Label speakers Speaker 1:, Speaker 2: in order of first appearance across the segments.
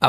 Speaker 1: A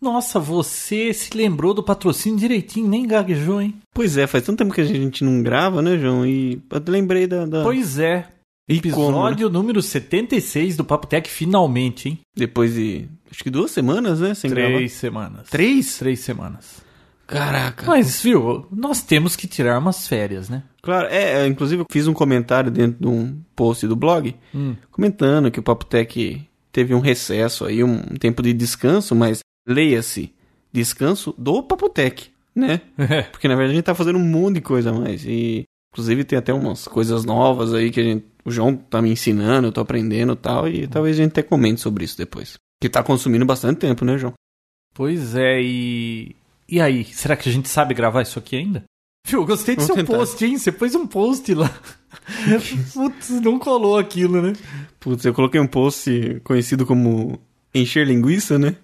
Speaker 2: Nossa, você se lembrou do patrocínio direitinho, nem gaguejou, hein?
Speaker 1: Pois é, faz tanto tempo que a gente não grava, né, João? E eu lembrei da. da-
Speaker 2: Pois é.
Speaker 1: E como, né?
Speaker 2: Episódio número 76 do Papo Tech, finalmente, hein?
Speaker 1: Depois de. Acho que duas semanas, né? Sem gravar.
Speaker 2: Três semanas.
Speaker 1: Três?
Speaker 2: Três semanas.
Speaker 1: Caraca.
Speaker 2: Mas, viu, nós temos que tirar umas férias, né?
Speaker 1: Claro, é, é, inclusive eu fiz um comentário dentro de um post do blog
Speaker 2: Hum.
Speaker 1: comentando que o Papo Tech teve um recesso aí, um tempo de descanso, mas leia-se, descanso do Papo Tech, né? Porque na verdade a gente tá fazendo um monte de coisa a mais e inclusive tem até umas coisas novas aí que a gente, o João tá me ensinando, eu tô aprendendo e tal, e talvez a gente até comente sobre isso depois. Que tá consumindo bastante tempo, né, João?
Speaker 2: Pois é, e. E aí, será que a gente sabe gravar isso aqui ainda? Viu, eu gostei do
Speaker 1: Vamos
Speaker 2: seu
Speaker 1: tentar.
Speaker 2: post, hein? Você pôs um post lá. Putz, não colou aquilo, né?
Speaker 1: Putz, eu coloquei um post conhecido como Encher Linguiça, né?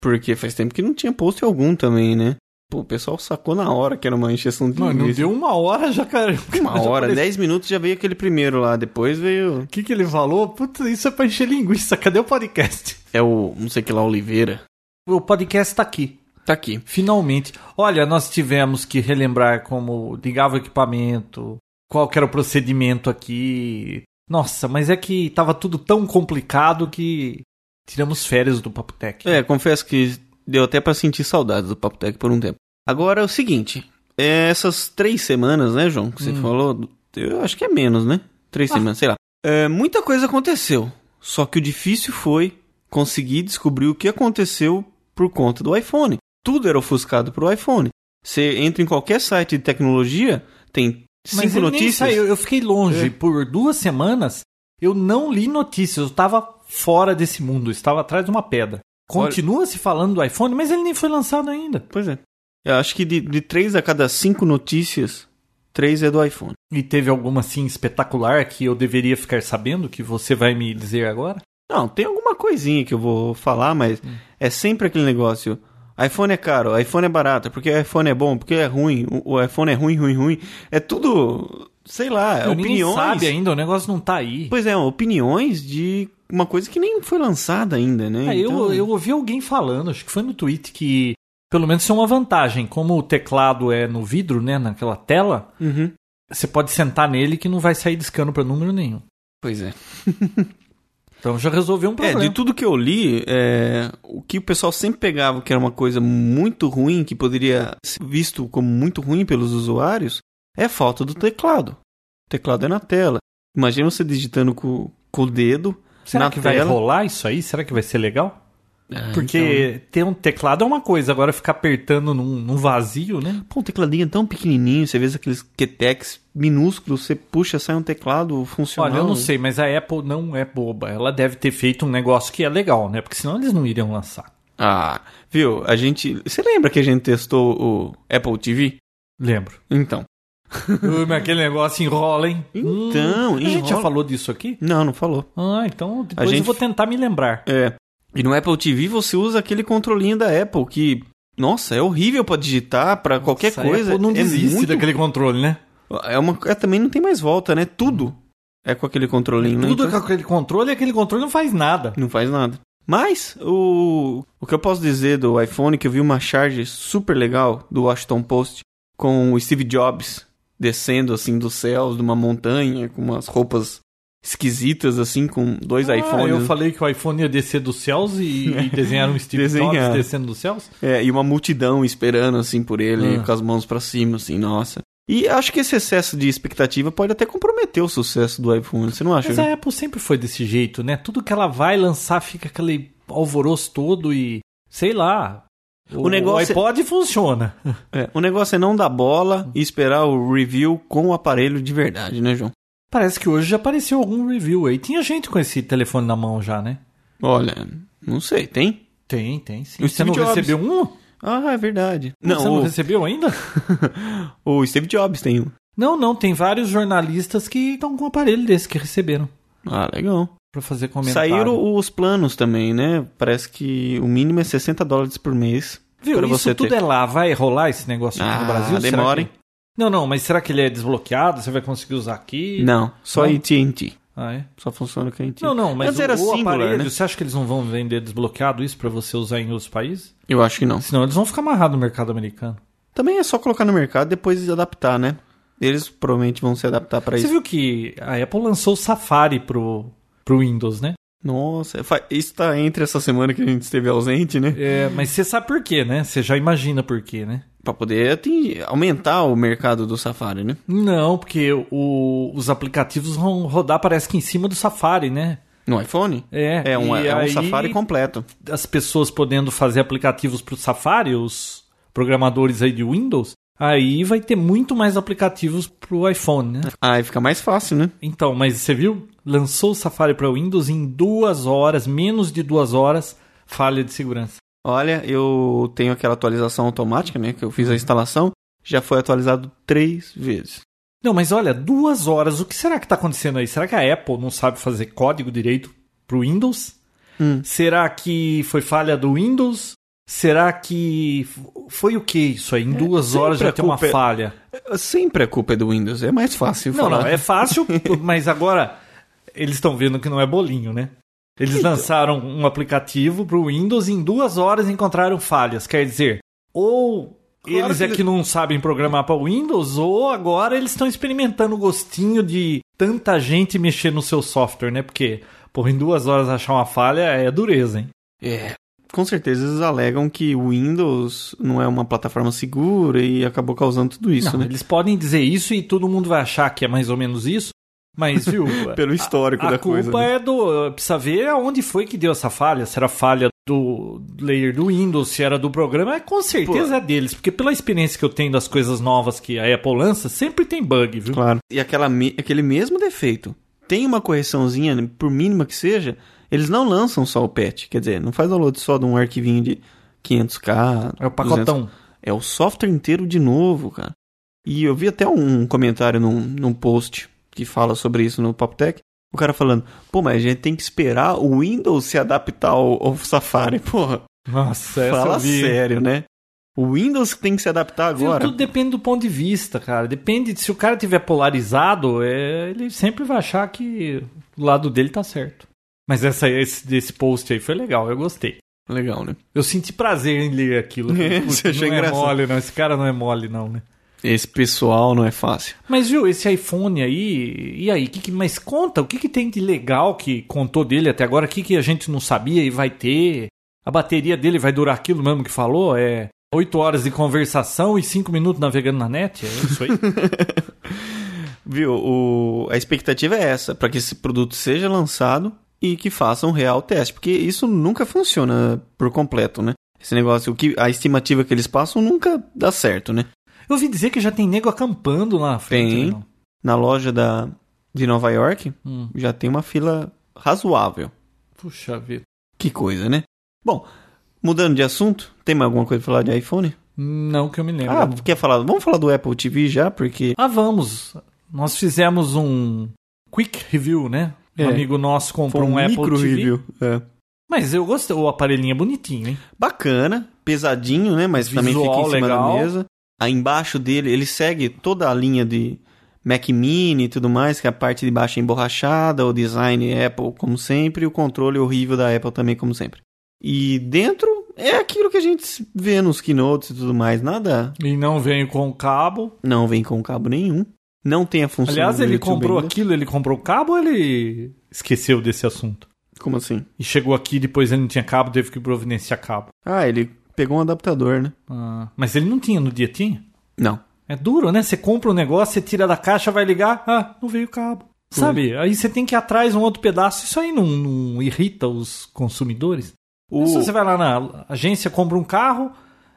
Speaker 1: Porque faz tempo que não tinha post algum também, né? Pô, o pessoal sacou na hora que era uma encheção de
Speaker 2: Mano, não
Speaker 1: linguiça.
Speaker 2: deu uma hora já, cara.
Speaker 1: uma
Speaker 2: já
Speaker 1: hora,
Speaker 2: apareceu.
Speaker 1: 10 minutos já veio aquele primeiro lá, depois veio.
Speaker 2: O que, que ele falou? Putz, isso é pra encher linguiça. Cadê o podcast?
Speaker 1: É o, não sei que lá, Oliveira.
Speaker 2: O podcast tá aqui.
Speaker 1: Tá aqui.
Speaker 2: Finalmente. Olha, nós tivemos que relembrar como ligava o equipamento, qual que era o procedimento aqui. Nossa, mas é que tava tudo tão complicado que tiramos férias do Papotec.
Speaker 1: É, confesso que deu até pra sentir saudades do Papo Tech por um tempo. Agora é o seguinte: é, essas três semanas, né, João, que você
Speaker 2: Hum.
Speaker 1: falou, eu acho que é menos, né? Três
Speaker 2: Ah.
Speaker 1: semanas, sei lá. É, muita coisa aconteceu. Só que o difícil foi conseguir descobrir o que aconteceu por conta do iPhone. Tudo era ofuscado pro iPhone. Você entra em qualquer site de tecnologia, tem cinco
Speaker 2: Mas ele nem
Speaker 1: notícias.
Speaker 2: saiu. Eu fiquei longe
Speaker 1: É.
Speaker 2: por duas semanas. Eu não li notícias. Eu estava fora desse mundo. Eu Estava atrás de uma pedra.
Speaker 1: Olha-
Speaker 2: Continua se falando do iPhone, mas ele nem foi lançado ainda.
Speaker 1: Pois é. Eu acho que de, de três a cada cinco notícias, três é do iPhone.
Speaker 2: E teve alguma assim espetacular que eu deveria ficar sabendo que você vai me dizer agora?
Speaker 1: Não, tem alguma coisinha que eu vou falar, mas
Speaker 2: Hum.
Speaker 1: é sempre aquele negócio. iPhone é caro, iPhone é barato, porque iPhone é bom, porque é ruim, o, o iPhone é ruim, ruim, ruim. É tudo, sei lá,
Speaker 2: Eu
Speaker 1: É, opiniões.
Speaker 2: Ninguém sabe ainda, o negócio não tá aí.
Speaker 1: Pois é, opiniões de uma coisa que nem foi lançada ainda, né?
Speaker 2: Ah, eu,
Speaker 1: Então,
Speaker 2: eu ouvi alguém falando, acho que foi no tweet, que pelo menos isso é uma vantagem. Como o teclado é no vidro, né, naquela tela,
Speaker 1: Uhum.
Speaker 2: você pode sentar nele que não vai sair discando para número nenhum.
Speaker 1: Pois é.
Speaker 2: Então já resolveu um
Speaker 1: É,
Speaker 2: problema.
Speaker 1: de tudo que eu li, é, o que o pessoal sempre pegava que era uma coisa muito ruim, que poderia ser visto como muito ruim pelos usuários, é a falta do teclado. O teclado é na tela. Imagina você digitando com, com o dedo
Speaker 2: Será
Speaker 1: na
Speaker 2: que vai
Speaker 1: tela.
Speaker 2: rolar isso aí? Será que vai ser legal? É,
Speaker 1: Ah, então-
Speaker 2: Porque ter um teclado é uma coisa, agora ficar apertando num, num vazio, né?
Speaker 1: Pô, um tecladinho é tão pequenininho, você vê aqueles quetex minúsculos, você puxa, sai um teclado funcional.
Speaker 2: Olha, eu não sei, mas a Apple não é boba. Ela deve ter feito um negócio que é legal, né? Porque senão eles não iriam lançar.
Speaker 1: Ah, viu? A gente... Você lembra que a gente testou o Apple TV?
Speaker 2: Lembro.
Speaker 1: Então.
Speaker 2: Ui, mas aquele negócio enrola, hein?
Speaker 1: Então,
Speaker 2: A gente já
Speaker 1: enrola.
Speaker 2: falou disso aqui?
Speaker 1: Não, não falou.
Speaker 2: Ah, então depois
Speaker 1: gente-
Speaker 2: eu vou tentar me lembrar.
Speaker 1: É. E no Apple TV você usa aquele controlinho da Apple que, nossa, é horrível pra digitar, pra qualquer
Speaker 2: Essa
Speaker 1: coisa.
Speaker 2: Apple não
Speaker 1: é
Speaker 2: desiste
Speaker 1: muito-
Speaker 2: daquele controle, né?
Speaker 1: É uma é, também não tem mais volta, né? Tudo é com aquele controlinho, né?
Speaker 2: Tudo é
Speaker 1: Então,
Speaker 2: com aquele controle, aquele controle não faz nada.
Speaker 1: não faz nada. Mas o o que eu posso dizer do iPhone que eu vi uma charge super legal do Washington Post com o Steve Jobs descendo assim dos céus de uma montanha com umas roupas esquisitas assim com dois
Speaker 2: Ah,
Speaker 1: iPhones.
Speaker 2: Eu
Speaker 1: né?
Speaker 2: falei que o iPhone ia descer dos céus e, e desenharam um Steve
Speaker 1: Desenhar.
Speaker 2: Jobs descendo dos céus.
Speaker 1: É, e uma multidão esperando, assim, por ele,
Speaker 2: Ah.
Speaker 1: com as mãos pra cima, assim, nossa. E acho que esse excesso de expectativa pode até comprometer o sucesso do iPhone, você não acha?
Speaker 2: Mas
Speaker 1: João?
Speaker 2: a Apple sempre foi desse jeito, né? Tudo que ela vai lançar fica aquele alvoroço todo e sei lá.
Speaker 1: O negócio é-
Speaker 2: iPod funciona.
Speaker 1: É, o negócio é não dar bola e esperar o review com o aparelho de verdade, né, João?
Speaker 2: Parece que hoje já apareceu algum review aí. Tinha gente com esse telefone na mão já, né?
Speaker 1: Olha, não sei, tem?
Speaker 2: Tem, tem sim.
Speaker 1: O
Speaker 2: Você
Speaker 1: Steve
Speaker 2: não
Speaker 1: Jobs.
Speaker 2: recebeu um?
Speaker 1: Ah, é verdade.
Speaker 2: Você não
Speaker 1: Não,
Speaker 2: recebeu ainda?
Speaker 1: o, o Steve Jobs tem um.
Speaker 2: Não, não, tem vários jornalistas que estão com um aparelho desse que receberam
Speaker 1: Ah, legal.
Speaker 2: pra fazer comentário.
Speaker 1: Saíram os planos também, né? Parece que o mínimo é 60 dólares por mês.
Speaker 2: Viu,
Speaker 1: pra
Speaker 2: isso
Speaker 1: você
Speaker 2: tudo
Speaker 1: ter.
Speaker 2: é lá, vai rolar esse negócio aqui
Speaker 1: Ah,
Speaker 2: no Brasil? Será
Speaker 1: demora,
Speaker 2: que- Não, não, mas será que ele é desbloqueado? Você vai conseguir usar aqui?
Speaker 1: Não, só
Speaker 2: Não?
Speaker 1: AT&T.
Speaker 2: Ah, é?
Speaker 1: Só funciona com AT&T.
Speaker 2: Não, não, mas
Speaker 1: Antes
Speaker 2: o,
Speaker 1: era
Speaker 2: o
Speaker 1: singular,
Speaker 2: aparelho,
Speaker 1: né?
Speaker 2: você acha que eles não vão vender desbloqueado isso pra você usar em outros países?
Speaker 1: Eu acho que não.
Speaker 2: Senão eles vão ficar amarrados no mercado americano.
Speaker 1: Também é só colocar no mercado e depois adaptar, né? Eles provavelmente vão se adaptar pra
Speaker 2: Você
Speaker 1: isso.
Speaker 2: viu que a Apple lançou o Safari pro, pro Windows, né?
Speaker 1: Nossa, fa- isso tá entre essa semana que a gente esteve ausente, né?
Speaker 2: É, mas você sabe por quê, né? Você já imagina por quê, né?
Speaker 1: Pra poder atingir- aumentar o mercado do Safari, né?
Speaker 2: Não, porque o- os aplicativos vão rodar, parece que em cima do Safari, né?
Speaker 1: No iPhone?
Speaker 2: É,
Speaker 1: É um,
Speaker 2: e
Speaker 1: é um
Speaker 2: aí
Speaker 1: Safari completo.
Speaker 2: As pessoas podendo fazer aplicativos pro Safari, os programadores aí de Windows, aí vai ter muito mais aplicativos pro iPhone, né?
Speaker 1: Aí fica mais fácil, né?
Speaker 2: Então, mas você viu? Lançou o Safari para Windows em duas horas, menos de duas horas, falha de segurança.
Speaker 1: Olha, eu tenho aquela atualização automática, né? Que eu fiz a instalação. Já foi atualizado três vezes.
Speaker 2: Não, mas olha, duas horas, o que será que está acontecendo aí? Será que a Apple não sabe fazer código direito para o Windows?
Speaker 1: Hum.
Speaker 2: Será que foi falha do Windows? Será que f- foi o que isso aí? Em duas
Speaker 1: sempre
Speaker 2: horas já
Speaker 1: a
Speaker 2: tem uma
Speaker 1: culpa é-
Speaker 2: falha.
Speaker 1: Sempre a culpa é do Windows. É mais fácil
Speaker 2: Não,
Speaker 1: falar.
Speaker 2: não, é fácil, mas agora eles estão vendo que não é bolinho, né? Eles
Speaker 1: Então.
Speaker 2: lançaram um aplicativo para o Windows e em duas horas encontraram falhas. Quer dizer, ou
Speaker 1: Claro
Speaker 2: eles
Speaker 1: que
Speaker 2: é
Speaker 1: ele-
Speaker 2: que não sabem programar para o Windows, ou agora eles estão experimentando o gostinho de tanta gente mexer no seu software, né? Porque, porra, em duas horas achar uma falha é dureza, hein?
Speaker 1: É. Com certeza eles alegam que o Windows não é uma plataforma segura e acabou causando tudo isso,
Speaker 2: Não,
Speaker 1: né?
Speaker 2: Eles podem dizer isso e todo mundo vai achar que é mais ou menos isso, mas, viu? é,
Speaker 1: Pelo histórico
Speaker 2: A
Speaker 1: da
Speaker 2: culpa
Speaker 1: coisa. né?
Speaker 2: é do. Precisa ver aonde foi que deu essa falha. Se era falha do layer do Windows, se era do programa. É, com certeza é deles. Porque pela experiência que eu tenho das coisas novas que a Apple lança, sempre tem bug, viu?
Speaker 1: Claro. E aquela me- aquele mesmo defeito. Tem uma correçãozinha, né? por mínima que seja, eles não lançam só o patch. Quer dizer, não faz download só de um arquivinho de 500k.
Speaker 2: É o pacotão.
Speaker 1: É o software inteiro de novo, cara. E eu vi até um comentário num, num post que fala sobre isso no Poptech. O cara falando, pô, mas a gente tem que esperar o Windows se adaptar ao, ao Safari. Porra,
Speaker 2: Nossa, essa
Speaker 1: fala
Speaker 2: eu vi.
Speaker 1: sério, né? O Windows que tem que se adaptar
Speaker 2: Viu?
Speaker 1: agora.
Speaker 2: Tudo depende do ponto de vista, cara. Depende de se o cara tiver polarizado, é, ele sempre vai achar que o lado dele tá certo. Mas essa, esse, esse post aí foi legal, eu gostei.
Speaker 1: Legal, né?
Speaker 2: Eu senti prazer em ler aquilo.
Speaker 1: É,
Speaker 2: Putz,
Speaker 1: você achou
Speaker 2: não é
Speaker 1: engraçado.
Speaker 2: mole, não. Esse cara não é mole, não, né?
Speaker 1: Esse pessoal não é fácil.
Speaker 2: Mas viu, esse iPhone aí, e aí, que que, mas conta, o que, que tem de legal que contou dele até agora, o que, que a gente não sabia e vai ter? A bateria dele vai durar aquilo mesmo que falou? É 8 horas de conversação e 5 minutos navegando na net? É isso aí?
Speaker 1: Viu? O- a expectativa é essa, para que esse produto seja lançado e que faça um real teste, porque isso nunca funciona por completo, né? Esse negócio, o que a estimativa que eles passam nunca dá certo, né?
Speaker 2: Eu ouvi dizer que já tem nego acampando lá na frente.
Speaker 1: Tem.
Speaker 2: né, não?
Speaker 1: Na loja da, de Nova York
Speaker 2: Hum,
Speaker 1: já tem uma fila razoável.
Speaker 2: puxa vida.
Speaker 1: Que coisa, né? Bom, mudando de assunto, tem mais alguma coisa pra falar de iPhone?
Speaker 2: Não que eu me lembro.
Speaker 1: Ah, quer falar? Vamos falar do Apple TV já, porque
Speaker 2: Ah, vamos. Nós fizemos um quick review, né? Um
Speaker 1: É.
Speaker 2: amigo nosso
Speaker 1: foi
Speaker 2: comprou
Speaker 1: um,
Speaker 2: um, Apple
Speaker 1: micro
Speaker 2: TV.
Speaker 1: review. É.
Speaker 2: Mas eu gostei. O aparelhinho é bonitinho, hein?
Speaker 1: bacana, pesadinho, né? Mas também fica
Speaker 2: Visual
Speaker 1: em cima
Speaker 2: legal.
Speaker 1: da mesa. Aí embaixo dele, ele segue toda a linha de Mac Mini e tudo mais, que a parte de baixo é emborrachada, o design é Apple como sempre, e o controle horrível da Apple também como sempre. E dentro é aquilo que a gente vê nos keynotes e tudo mais, nada
Speaker 2: E não veio com o cabo.
Speaker 1: não vem com cabo nenhum, não tem a função
Speaker 2: Aliás,
Speaker 1: do
Speaker 2: ele
Speaker 1: YouTube
Speaker 2: comprou
Speaker 1: ainda.
Speaker 2: aquilo, ele comprou o cabo ou ele esqueceu desse assunto?
Speaker 1: Como assim?
Speaker 2: E chegou aqui, depois ele não tinha cabo, teve que providenciar cabo.
Speaker 1: Ah, ele pegou um adaptador, né?
Speaker 2: Ah, mas ele não tinha no dia, tinha?
Speaker 1: Não.
Speaker 2: É duro, né? Você compra um negócio, você tira da caixa, vai ligar, ah, não veio cabo. Sabe? Aí você tem que ir atrás um outro pedaço. Isso aí não, não irrita os consumidores?
Speaker 1: O-
Speaker 2: Então, Se você vai lá na agência, compra um carro,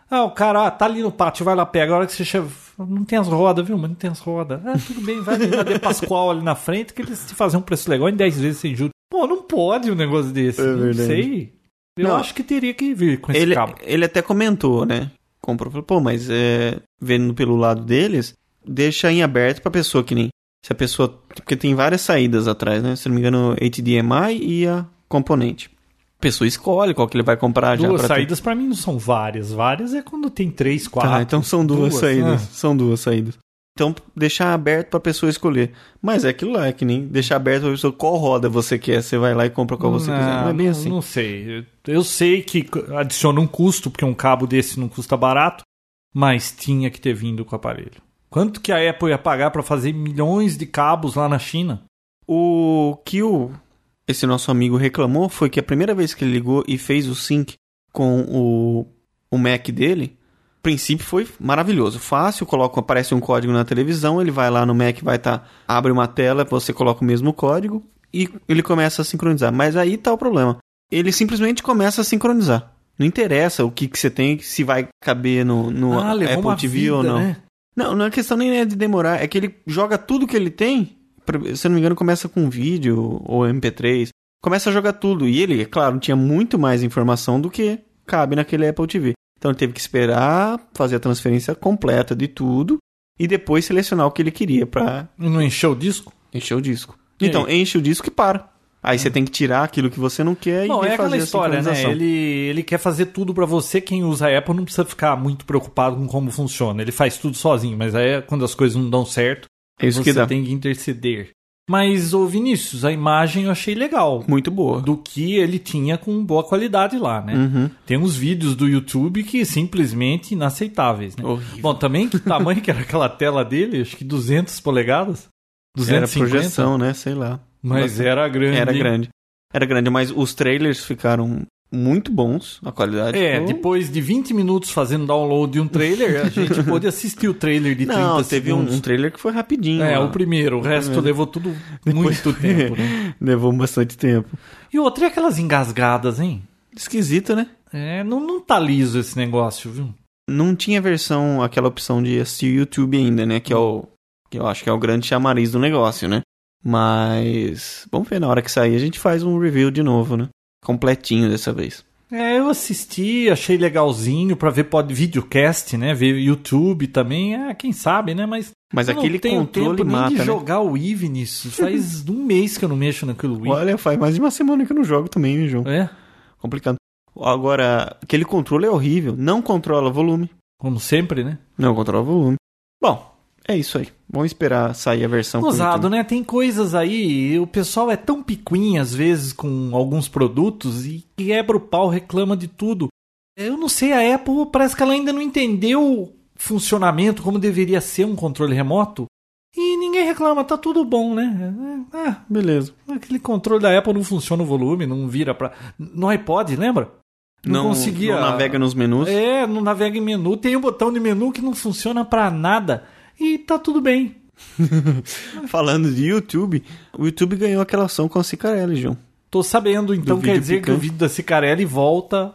Speaker 2: ah, o cara ah, tá ali no pátio, vai lá, pega. A hora que você chega, não tem as rodas, viu? Mas não tem as rodas. Ah, tudo bem, vai ali na De Pascoal ali na frente, que eles te fazem um preço legal em 10 vezes sem juros. Pô, não pode um negócio desse.
Speaker 1: É
Speaker 2: não
Speaker 1: verdade.
Speaker 2: sei. Eu
Speaker 1: Não.
Speaker 2: acho que teria que vir com esse
Speaker 1: ele,
Speaker 2: cabo.
Speaker 1: ele até comentou, né? Comprou, falou, pô, mas é, vendo pelo lado deles, deixa em aberto pra pessoa que nem. Se a pessoa. Porque tem várias saídas atrás, né? Se não me engano, HDMI e a componente. A pessoa escolhe qual que ele vai comprar já.
Speaker 2: Duas
Speaker 1: pra ter-
Speaker 2: saídas pra mim não são várias. Várias é quando tem três, quatro.
Speaker 1: Tá, então são duas, saídas.
Speaker 2: né?
Speaker 1: São duas saídas. Então, deixar aberto pra pessoa escolher. Mas é aquilo lá, é que nem deixar aberto pra pessoa qual roda você quer. Você vai lá e compra qual você
Speaker 2: não,
Speaker 1: quiser. Não é bem
Speaker 2: não-
Speaker 1: assim.
Speaker 2: Não sei. Eu sei que c- adiciona um custo, porque um cabo desse não custa barato, mas tinha que ter vindo com o aparelho. Quanto que a Apple ia pagar pra fazer milhões de cabos lá na China?
Speaker 1: O que o, esse nosso amigo reclamou foi que a primeira vez que ele ligou e fez o sync com o, o Mac dele, o princípio foi maravilhoso. Fácil, coloca, aparece um código na televisão, ele vai lá no Mac, vai estar, abre uma tela, você coloca o mesmo código e ele começa a sincronizar. Mas aí tá o problema. Ele simplesmente começa a sincronizar. Não interessa o que, que você tem, se vai caber no, no
Speaker 2: ah, levou uma
Speaker 1: Apple TV
Speaker 2: vida,
Speaker 1: ou não.
Speaker 2: Né?
Speaker 1: Não, não é questão nem é de demorar, é que ele joga tudo que ele tem, pra- se eu não me engano, começa com vídeo ou MP3, começa a jogar tudo. E ele, é claro, tinha muito mais informação do que cabe naquele Apple TV. Então ele teve que esperar fazer a transferência completa de tudo e depois selecionar o que ele queria pra
Speaker 2: Não encheu o disco?
Speaker 1: encher o disco.
Speaker 2: E Ah.
Speaker 1: então, enche o disco e para. Aí você tem que tirar aquilo que você não quer
Speaker 2: Bom,
Speaker 1: e
Speaker 2: é
Speaker 1: fazer
Speaker 2: aquela
Speaker 1: a
Speaker 2: história, né?
Speaker 1: sincronização.
Speaker 2: Ele, ele quer fazer tudo pra você. Quem usa a Apple não precisa ficar muito preocupado com como funciona. Ele faz tudo sozinho, mas aí é quando as coisas não dão certo,
Speaker 1: É isso
Speaker 2: você
Speaker 1: que dá.
Speaker 2: tem que interceder. Mas, ô Vinícius, a imagem eu achei legal.
Speaker 1: Muito boa.
Speaker 2: Do que ele tinha com boa qualidade lá, né?
Speaker 1: Uhum.
Speaker 2: Tem uns vídeos do YouTube que simplesmente inaceitáveis, né?
Speaker 1: Horrível.
Speaker 2: Bom, também que tamanho que era aquela tela dele? Acho que 200 polegadas?
Speaker 1: Era
Speaker 2: 250?
Speaker 1: projeção, né? Sei lá.
Speaker 2: Mas era grande.
Speaker 1: Era
Speaker 2: hein?
Speaker 1: grande. Era grande, mas os trailers ficaram muito bons, a qualidade.
Speaker 2: É,
Speaker 1: ficou-
Speaker 2: depois de 20 minutos fazendo download de um trailer, a gente pôde assistir o trailer de 30
Speaker 1: Não, teve um,
Speaker 2: segundos.
Speaker 1: um trailer que foi rapidinho.
Speaker 2: É,
Speaker 1: lá.
Speaker 2: o primeiro. O resto
Speaker 1: primeiro.
Speaker 2: levou tudo
Speaker 1: Depois-
Speaker 2: muito tempo. Né?
Speaker 1: Levou bastante tempo.
Speaker 2: E outra é aquelas engasgadas, hein?
Speaker 1: Esquisito, né?
Speaker 2: É, não, não tá liso esse negócio, viu?
Speaker 1: Não tinha versão, aquela opção de assistir YouTube ainda, né? Que é o. Que eu acho que é o grande chamariz do negócio, né? Mas. Vamos ver, na hora que sair a gente faz um review de novo, né? Completinho dessa vez.
Speaker 2: É, eu assisti, achei legalzinho pra ver pod videocast, né? Ver YouTube também, é, quem sabe, né? Mas,
Speaker 1: Mas
Speaker 2: eu
Speaker 1: aquele
Speaker 2: não tenho
Speaker 1: controle
Speaker 2: tempo
Speaker 1: mata,
Speaker 2: nem de
Speaker 1: né?
Speaker 2: jogar o Wii, Vinícius. Faz um mês que eu não mexo naquele Wii.
Speaker 1: Olha, faz mais de uma semana que eu não jogo também, hein, João?
Speaker 2: É?
Speaker 1: Complicado. Agora, aquele controle é horrível. Não controla volume.
Speaker 2: Como sempre, né?
Speaker 1: Não controla o volume. Bom, é isso aí. Vamos esperar sair a versão.
Speaker 2: Gozado,
Speaker 1: com-
Speaker 2: né? Tem coisas aí, o pessoal é tão picuinha às vezes com alguns produtos e quebra o pau, reclama de tudo. Eu não sei, a Apple parece que ela ainda não entendeu o funcionamento, como deveria ser um controle remoto. E ninguém reclama, tá tudo bom, né? É, Ah,
Speaker 1: Beleza.
Speaker 2: aquele controle da Apple não funciona o volume, não vira pra. No iPod, lembra? Não conseguia-
Speaker 1: Não navega nos menus.
Speaker 2: É, não navega em menu, tem um botão de menu que não funciona pra nada. E tá tudo bem.
Speaker 1: Falando de YouTube, o YouTube ganhou aquela ação com a Cicarelli, João.
Speaker 2: Tô sabendo, então
Speaker 1: Do
Speaker 2: quer
Speaker 1: vídeo
Speaker 2: dizer que o
Speaker 1: picante.
Speaker 2: vídeo da Cicarelli volta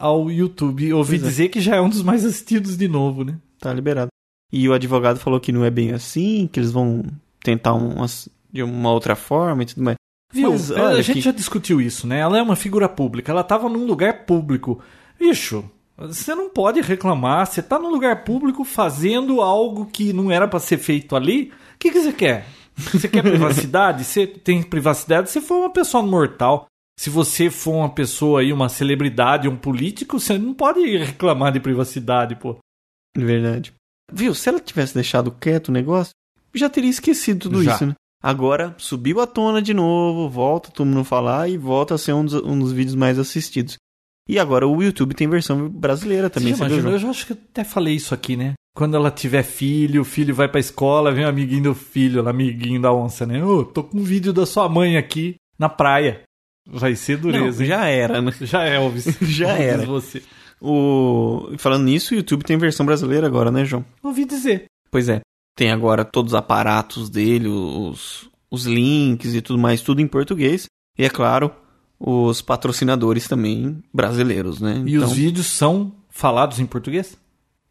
Speaker 2: ao YouTube. Eu ouvi
Speaker 1: Pois é.
Speaker 2: dizer que já é um dos mais assistidos de novo, né?
Speaker 1: Tá liberado. E o advogado falou que não é bem assim, que eles vão tentar um, umas- de uma outra forma e tudo mais.
Speaker 2: Viu?
Speaker 1: Mas
Speaker 2: A- a
Speaker 1: olha
Speaker 2: gente
Speaker 1: que-
Speaker 2: já discutiu isso, né? Ela é uma figura pública, ela tava num lugar público. Bicho, você não pode reclamar, você tá num lugar público fazendo algo que não era pra ser feito ali. O que, que você quer? Você quer privacidade? Você tem privacidade? Você for uma pessoa mortal. Se você for uma pessoa aí, uma celebridade, um político, você não pode reclamar de privacidade, pô.
Speaker 1: De verdade. Viu? Se ela tivesse deixado quieto o negócio, já teria esquecido tudo
Speaker 2: Já.
Speaker 1: isso, né? Agora subiu à tona de novo, volta todo mundo falar e volta a ser um dos, um dos vídeos mais assistidos. E agora o YouTube tem versão brasileira também,
Speaker 2: Você
Speaker 1: você viu,
Speaker 2: imagina,
Speaker 1: João?
Speaker 2: eu já acho que eu até falei isso aqui, né? Quando ela tiver filho, o filho vai pra escola, vem um amiguinho do filho, lá, amiguinho da onça, né? Ô, tô com um vídeo da sua mãe aqui na praia. Vai ser dureza,
Speaker 1: Não,
Speaker 2: hein?
Speaker 1: já era, né?
Speaker 2: Já é, Elvis.
Speaker 1: Já
Speaker 2: Como diz
Speaker 1: era.
Speaker 2: Você.
Speaker 1: O... Falando nisso, o YouTube tem versão brasileira agora, né, João?
Speaker 2: Ouvi dizer.
Speaker 1: Pois é. Tem agora todos os aparatos dele, os, os links e tudo mais, tudo em português. E é claro, os patrocinadores também brasileiros, né?
Speaker 2: E os vídeos são falados em português?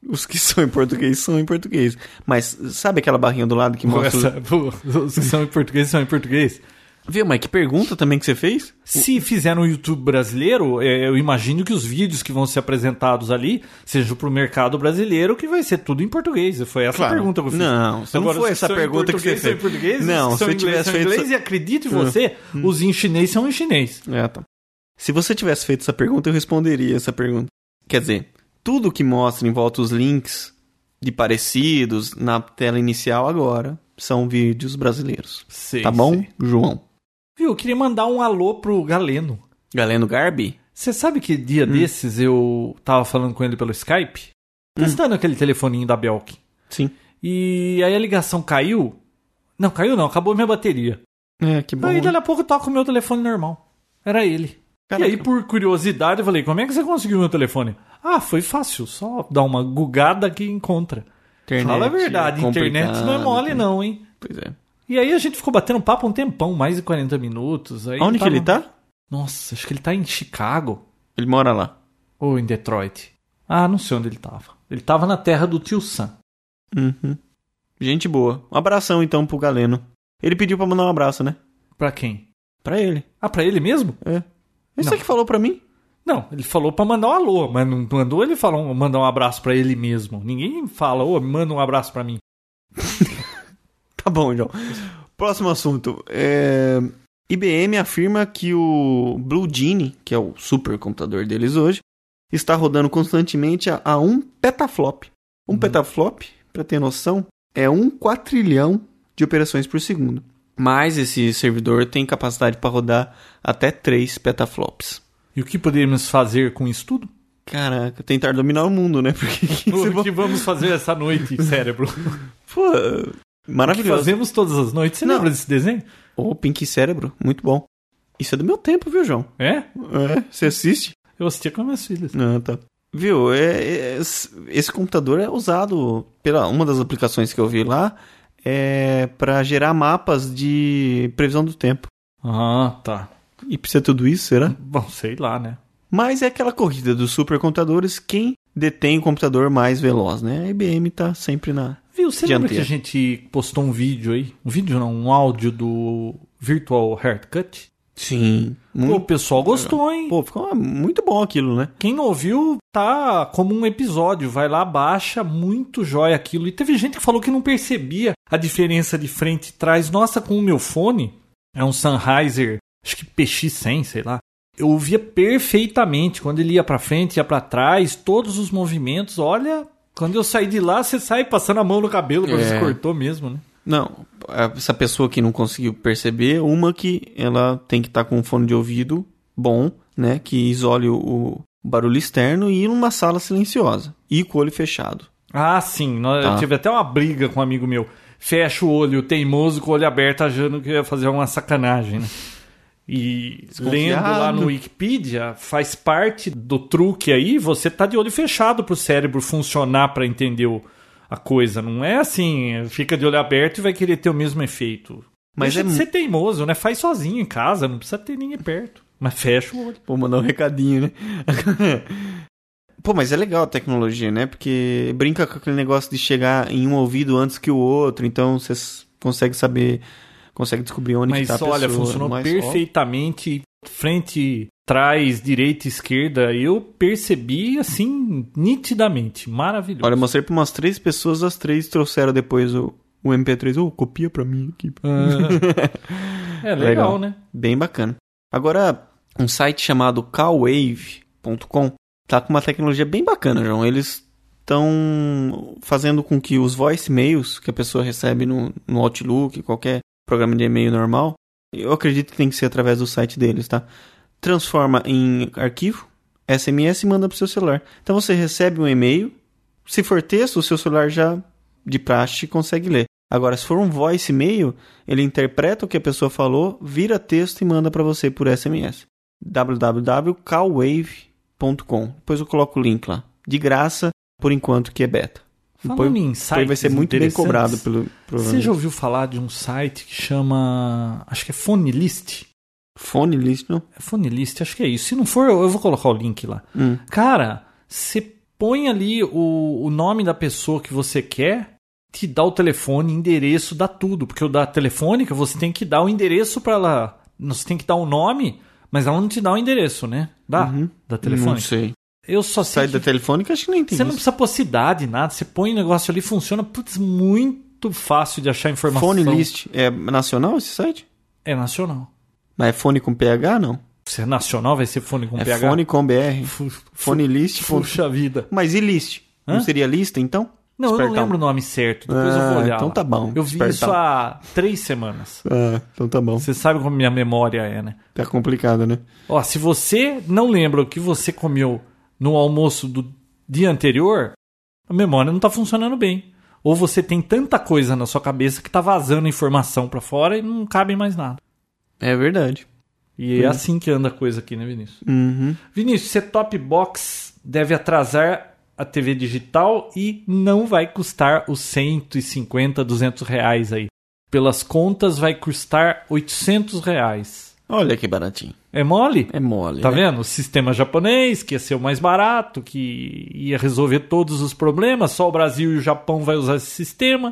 Speaker 1: Os que são em português são em português. Mas sabe aquela barrinha do lado que
Speaker 2: Ou
Speaker 1: mostra.
Speaker 2: essa- pô, Os que são em português são em português?
Speaker 1: Viu, mas que pergunta também que você fez?
Speaker 2: Se fizer no YouTube brasileiro, é, eu imagino que os vídeos que vão ser apresentados ali sejam para o mercado brasileiro, que vai ser tudo em português. Foi essa
Speaker 1: Claro.
Speaker 2: a pergunta que eu fiz.
Speaker 1: Não, você Então não foi
Speaker 2: os
Speaker 1: essa
Speaker 2: são em
Speaker 1: pergunta que você
Speaker 2: português são em
Speaker 1: fez.
Speaker 2: português,
Speaker 1: Não,
Speaker 2: os que são
Speaker 1: se eu
Speaker 2: em inglês
Speaker 1: tivesse
Speaker 2: são em
Speaker 1: feito Hum. essa-
Speaker 2: inglês, e acredite você, os em chinês são em chinês.
Speaker 1: É, tá. Se você tivesse feito essa pergunta, eu responderia essa pergunta. Quer dizer, tudo que mostra em volta os links de parecidos na tela inicial agora são vídeos brasileiros.
Speaker 2: Sei,
Speaker 1: tá bom,
Speaker 2: sei.
Speaker 1: João?
Speaker 2: Viu, eu queria mandar um alô pro Galeno.
Speaker 1: Galeno Garbi?
Speaker 2: Você sabe que dia
Speaker 1: Hum.
Speaker 2: desses eu tava falando com ele pelo Skype?
Speaker 1: Hum.
Speaker 2: Testando aquele telefoninho da Belkin.
Speaker 1: Sim.
Speaker 2: E aí a ligação caiu. Não, caiu não, acabou minha bateria.
Speaker 1: É, que bom.
Speaker 2: aí
Speaker 1: né?
Speaker 2: dali a pouco toca o meu telefone normal. Era ele.
Speaker 1: Caraca.
Speaker 2: E aí, por curiosidade, eu falei, como é que você conseguiu meu telefone? Ah, foi fácil, só dá uma gugada que encontra.
Speaker 1: Internet
Speaker 2: Fala a verdade,
Speaker 1: é
Speaker 2: internet não é
Speaker 1: complicado,
Speaker 2: mole
Speaker 1: tem-
Speaker 2: não, hein?
Speaker 1: Pois é.
Speaker 2: E aí a gente ficou batendo papo um tempão, mais de 40 minutos. Aí
Speaker 1: Onde que
Speaker 2: tava-
Speaker 1: ele tá?
Speaker 2: Nossa, acho que ele tá em Chicago.
Speaker 1: Ele mora lá.
Speaker 2: Ou em Detroit? Ah, não sei onde ele tava. Ele tava na terra do tio Sam.
Speaker 1: Uhum. Gente boa. Um abração então pro Galeno. Ele pediu pra mandar um abraço, né?
Speaker 2: Pra quem?
Speaker 1: Pra ele.
Speaker 2: Ah, pra ele mesmo?
Speaker 1: É. Isso
Speaker 2: Não.
Speaker 1: é que falou pra mim?
Speaker 2: Não, ele falou pra mandar um alô, mas não mandou ele falar um- mandar um abraço pra ele mesmo. Ninguém fala, ô, manda um abraço pra mim.
Speaker 1: Tá bom, João. Próximo assunto. É, IBM afirma que o Blue Genie, que é o supercomputador deles hoje, está rodando constantemente a, a um petaflop. Um
Speaker 2: Uhum.
Speaker 1: petaflop, para ter noção, é um quatrilhão de operações por segundo. Mas esse servidor tem capacidade para rodar até 3 petaflops.
Speaker 2: E o que poderíamos fazer com isso tudo?
Speaker 1: Caraca, tentar dominar o mundo, né? Porque você
Speaker 2: O
Speaker 1: vai-
Speaker 2: que vamos fazer essa noite, cérebro?
Speaker 1: Pô,
Speaker 2: O que
Speaker 1: maravilhoso.
Speaker 2: fazemos todas as noites. Você
Speaker 1: Não.
Speaker 2: lembra desse desenho?
Speaker 1: Ô, Pink Cérebro, muito bom. Isso é do meu tempo, viu, João?
Speaker 2: É?
Speaker 1: É, você assiste?
Speaker 2: Eu assistia com minhas filhas.
Speaker 1: Ah, tá. Viu, é- é- esse computador é usado pela uma das aplicações que eu vi lá é para gerar mapas de previsão do tempo.
Speaker 2: Ah, tá.
Speaker 1: E precisa tudo isso, será?
Speaker 2: Bom, sei lá, né?
Speaker 1: Mas é aquela corrida dos supercomputadores, quem detém o computador mais veloz, né? A IBM tá sempre na.
Speaker 2: Viu, você lembra que
Speaker 1: Dianteira.
Speaker 2: a gente postou um vídeo aí? Um vídeo não, um áudio do Virtual Haircut?
Speaker 1: Sim.
Speaker 2: Pô,
Speaker 1: Muito,
Speaker 2: o pessoal gostou, hein?
Speaker 1: pô, ficou muito bom aquilo, né?
Speaker 2: Quem não ouviu, tá como um episódio. Vai lá, baixa, muito jóia aquilo. E teve gente que falou que não percebia a diferença de frente e trás. Nossa, com o meu fone, é um Sennheiser, acho que PX100, sei lá. Eu ouvia perfeitamente quando ele ia pra frente, ia pra trás, todos os movimentos. Olha, quando eu saí de lá, você sai passando a mão no cabelo, pra ver se
Speaker 1: É.
Speaker 2: cortou mesmo, né?
Speaker 1: Não, essa pessoa que não conseguiu perceber, uma que ela tem que estar com um fone de ouvido bom, né, que isole o, o barulho externo e ir numa sala silenciosa e com o olho fechado.
Speaker 2: Ah, sim. nó- Eu
Speaker 1: Tá.
Speaker 2: tive até uma briga com um amigo meu. Fecha o olho, teimoso, com o olho aberto, achando que ia fazer uma sacanagem, né? E lendo lá no Wikipedia, faz parte do truque aí, você tá de olho fechado pro cérebro funcionar para entender o- a coisa. Não é assim, fica de olho aberto e vai querer ter o mesmo efeito.
Speaker 1: Mas
Speaker 2: Mas Deixa
Speaker 1: é
Speaker 2: de ser teimoso, né? Faz sozinho em casa, não precisa ter ninguém perto. Mas fecha o olho.
Speaker 1: Vou mandar um recadinho, né? Pô, mas é legal a tecnologia, né? Porque brinca com aquele negócio de chegar em um ouvido antes que o outro, então você s- consegue saber, consegue descobrir onde
Speaker 2: Mas
Speaker 1: está a
Speaker 2: olha,
Speaker 1: pessoa,
Speaker 2: funcionou
Speaker 1: mas, ó,
Speaker 2: perfeitamente. Frente, trás, direita, esquerda. Eu percebi assim, nitidamente. Maravilhoso.
Speaker 1: Olha, eu mostrei pra umas três pessoas, as três trouxeram depois o, o MP3. Ô, copia pra mim aqui.
Speaker 2: Ah. é legal,
Speaker 1: Legal.
Speaker 2: né?
Speaker 1: Bem bacana. Agora, um site chamado cowwave.com tá com uma tecnologia bem bacana, João. Eles estão fazendo com que os voicemails que a pessoa recebe no, no Outlook, qualquer programa de e-mail normal, eu acredito que tem que ser através do site deles, tá? Transforma em arquivo, SMS e manda pro seu celular. Então você recebe um e-mail, se for texto, o seu celular já de praxe consegue ler. Agora, se for um voicemail, ele interpreta o que a pessoa falou, vira texto e manda para você por SMS. www.calwave.com. Depois eu coloco o link lá. De graça, por enquanto que é beta. Depois-
Speaker 2: Falando em
Speaker 1: Depois
Speaker 2: sites
Speaker 1: vai ser muito bem
Speaker 2: interessantes,
Speaker 1: cobrado pelo
Speaker 2: Você já
Speaker 1: programa.
Speaker 2: ouviu falar de um site que chama. Acho que é Fonelist?
Speaker 1: Fone list, não?
Speaker 2: É Fonelist, acho que é isso. Se não for, eu eu vou colocar o link lá.
Speaker 1: Hum.
Speaker 2: Cara, você põe ali o, o nome da pessoa que você quer te dá o telefone, endereço, dá tudo. Porque o da telefônica você tem que dar o endereço para ela. Você tem que dar o nome, mas ela não te dá o endereço, né? Dá?
Speaker 1: Uhum.
Speaker 2: Da
Speaker 1: Não
Speaker 2: telefônica.
Speaker 1: sei.
Speaker 2: Eu só sei.
Speaker 1: Sai
Speaker 2: que
Speaker 1: da telefônica, acho que nem tem
Speaker 2: você não
Speaker 1: isso.
Speaker 2: precisa pôr cidade, nada. Você põe o negócio ali, funciona. Putz, muito fácil de achar informação.
Speaker 1: Fone List é nacional esse site?
Speaker 2: É nacional.
Speaker 1: Mas é fone com PH, não?
Speaker 2: Se é nacional, vai ser fone com
Speaker 1: é
Speaker 2: PH.
Speaker 1: fone com BR.
Speaker 2: Fu-
Speaker 1: Fone List. ponto-
Speaker 2: Puxa vida.
Speaker 1: Mas e list?
Speaker 2: Hã?
Speaker 1: Não seria lista, então?
Speaker 2: Não, eu não
Speaker 1: Espertão.
Speaker 2: lembro o nome certo. Depois eu
Speaker 1: Ah,
Speaker 2: vou olhar.
Speaker 1: então
Speaker 2: lá.
Speaker 1: tá bom,
Speaker 2: Eu vi isso
Speaker 1: espertão.
Speaker 2: há três semanas.
Speaker 1: Ah, então tá bom.
Speaker 2: Você sabe como minha memória é, né?
Speaker 1: Tá complicado, né?
Speaker 2: Ó, se você não lembra o que você comeu no almoço do dia anterior, a memória não tá funcionando bem. Ou você tem tanta coisa na sua cabeça que tá vazando informação pra fora e não cabe mais nada.
Speaker 1: É verdade.
Speaker 2: E é assim que anda a coisa aqui, né, Vinícius?
Speaker 1: Uhum.
Speaker 2: Vinícius, ser top box deve atrasar a TV digital e não vai custar os 150, 200 reais aí. Pelas contas, vai custar 800 reais.
Speaker 1: Olha que baratinho.
Speaker 2: É mole?
Speaker 1: É mole.
Speaker 2: Tá
Speaker 1: né?
Speaker 2: vendo? O sistema japonês, que ia ser o mais barato, que ia resolver todos os problemas, só o Brasil e o Japão vai usar esse sistema,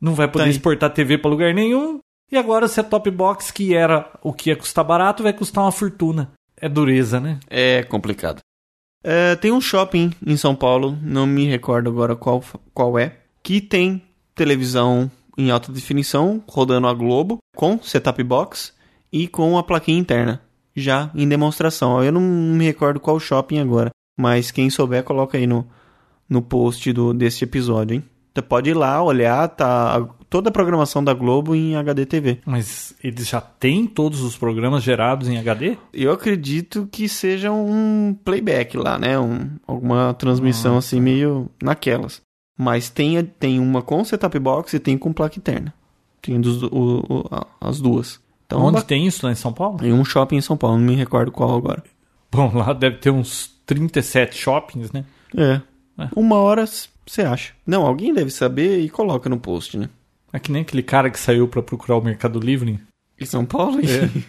Speaker 2: não vai poder
Speaker 1: Tá aí.
Speaker 2: exportar TV para lugar nenhum. E agora se a Top Box, que era o que ia custar barato, vai custar uma fortuna. É dureza, né?
Speaker 1: É complicado. É, tem um shopping em São Paulo, não me recordo agora qual, qual é, que tem televisão em alta definição, rodando a Globo, com setup box e com a plaquinha interna, já em demonstração. Eu não me recordo qual shopping agora, mas quem souber, coloca aí no, no post do, desse episódio, hein? Você pode ir lá olhar, tá a- toda a programação da Globo em HDTV.
Speaker 2: Mas eles já têm todos os programas gerados em HD?
Speaker 1: Eu acredito que seja um playback lá, né? Um, alguma transmissão assim meio naquelas. Mas tem, a- tem uma com setup box e tem com placa interna. Tem dos- o- o- a- as duas. Então,
Speaker 2: Onde
Speaker 1: ba-
Speaker 2: tem isso lá em São Paulo?
Speaker 1: Em um shopping em São Paulo, não me recordo qual agora.
Speaker 2: Bom, lá deve ter uns 37 shoppings, né?
Speaker 1: É.
Speaker 2: É.
Speaker 1: Uma hora você acha. Não, alguém deve saber e coloca no post, né?
Speaker 2: É que nem aquele cara que saiu para procurar o Mercado Livre.
Speaker 1: Em São Paulo?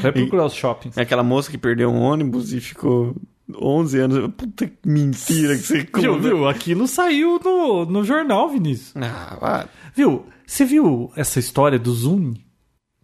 Speaker 2: Vai procurar os shoppings.
Speaker 1: É Aquela moça que perdeu um ônibus e ficou 11 anos. Puta que mentira que você
Speaker 2: Viu,
Speaker 1: conta.
Speaker 2: viu? Aquilo saiu no, no jornal, Vinícius.
Speaker 1: Ah, vá.
Speaker 2: Viu? Você viu essa história do Zoom?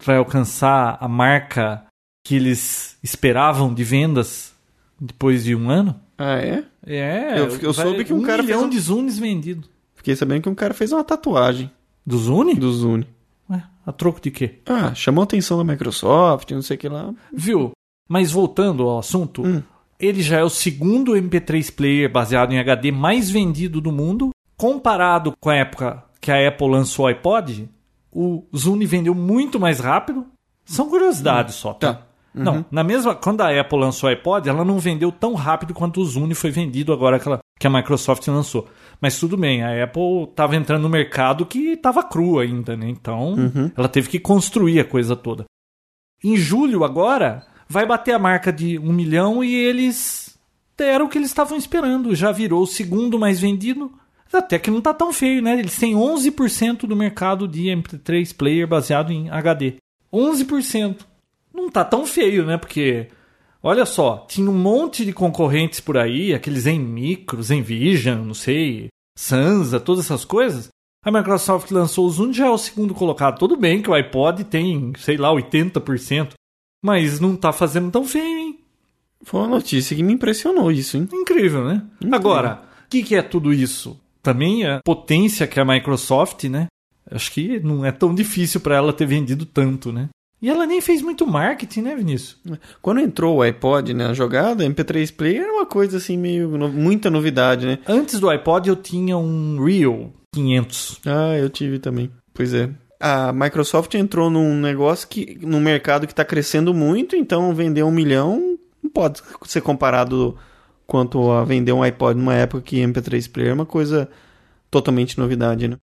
Speaker 2: Vai alcançar a marca que eles esperavam de vendas depois de um ano?
Speaker 1: ah, é?
Speaker 2: É.
Speaker 1: Eu- eu
Speaker 2: vai-
Speaker 1: soube que um cara
Speaker 2: milhão
Speaker 1: fez um-
Speaker 2: de Zunes vendido.
Speaker 1: Fiquei sabendo que um cara fez uma tatuagem
Speaker 2: Do Zune?
Speaker 1: do Zune.
Speaker 2: Ué, a troco de quê?
Speaker 1: Ah, chamou a atenção da Microsoft, não sei o que lá.
Speaker 2: Viu? Mas voltando ao assunto,
Speaker 1: Hum.
Speaker 2: ele já é o segundo MP3 player baseado em HD mais vendido do mundo. Comparado com a época que a Apple lançou o iPod, o Zune vendeu muito mais rápido. São curiosidades só, tá?
Speaker 1: Tá.
Speaker 2: Não, na mesma quando a Apple lançou o iPod, ela não vendeu tão rápido quanto o Zune foi vendido agora que, ela- que a Microsoft lançou. Mas tudo bem, a Apple estava entrando no mercado que estava crua ainda, né? Então,
Speaker 1: Uhum.
Speaker 2: ela teve que construir a coisa toda. Em julho agora vai bater a marca de um milhão e eles deram o que eles estavam esperando. Já virou o segundo mais vendido. Até que não tá tão feio, né? Eles têm 11% do mercado de MP3 player baseado em HD. 11%. Não tá tão feio, né? Porque, olha só, tinha um monte de concorrentes por aí, aqueles em micros, em Vision, não sei, Sansa, todas essas coisas. A Microsoft lançou o Zoom já é o segundo colocado. Tudo bem que o iPod tem, sei lá, 80%, mas não tá fazendo tão feio, hein?
Speaker 1: Foi uma notícia que me impressionou isso, hein?
Speaker 2: Incrível, né? Agora, o que, que é tudo isso? Também a potência que a Microsoft, né? Acho que não é tão difícil para ela ter vendido tanto, né? E ela nem fez muito marketing, né, Vinícius?
Speaker 1: Quando entrou o iPod na jogada, MP3 Player era uma coisa assim meio. no- muita novidade, né?
Speaker 2: Antes do iPod eu tinha um Real 500.
Speaker 1: Ah, eu tive também. Pois é. A Microsoft entrou num negócio que. num mercado que tá crescendo muito, então vender um milhão não pode ser comparado quanto a vender um iPod numa época que MP3 Player é uma coisa totalmente novidade, né?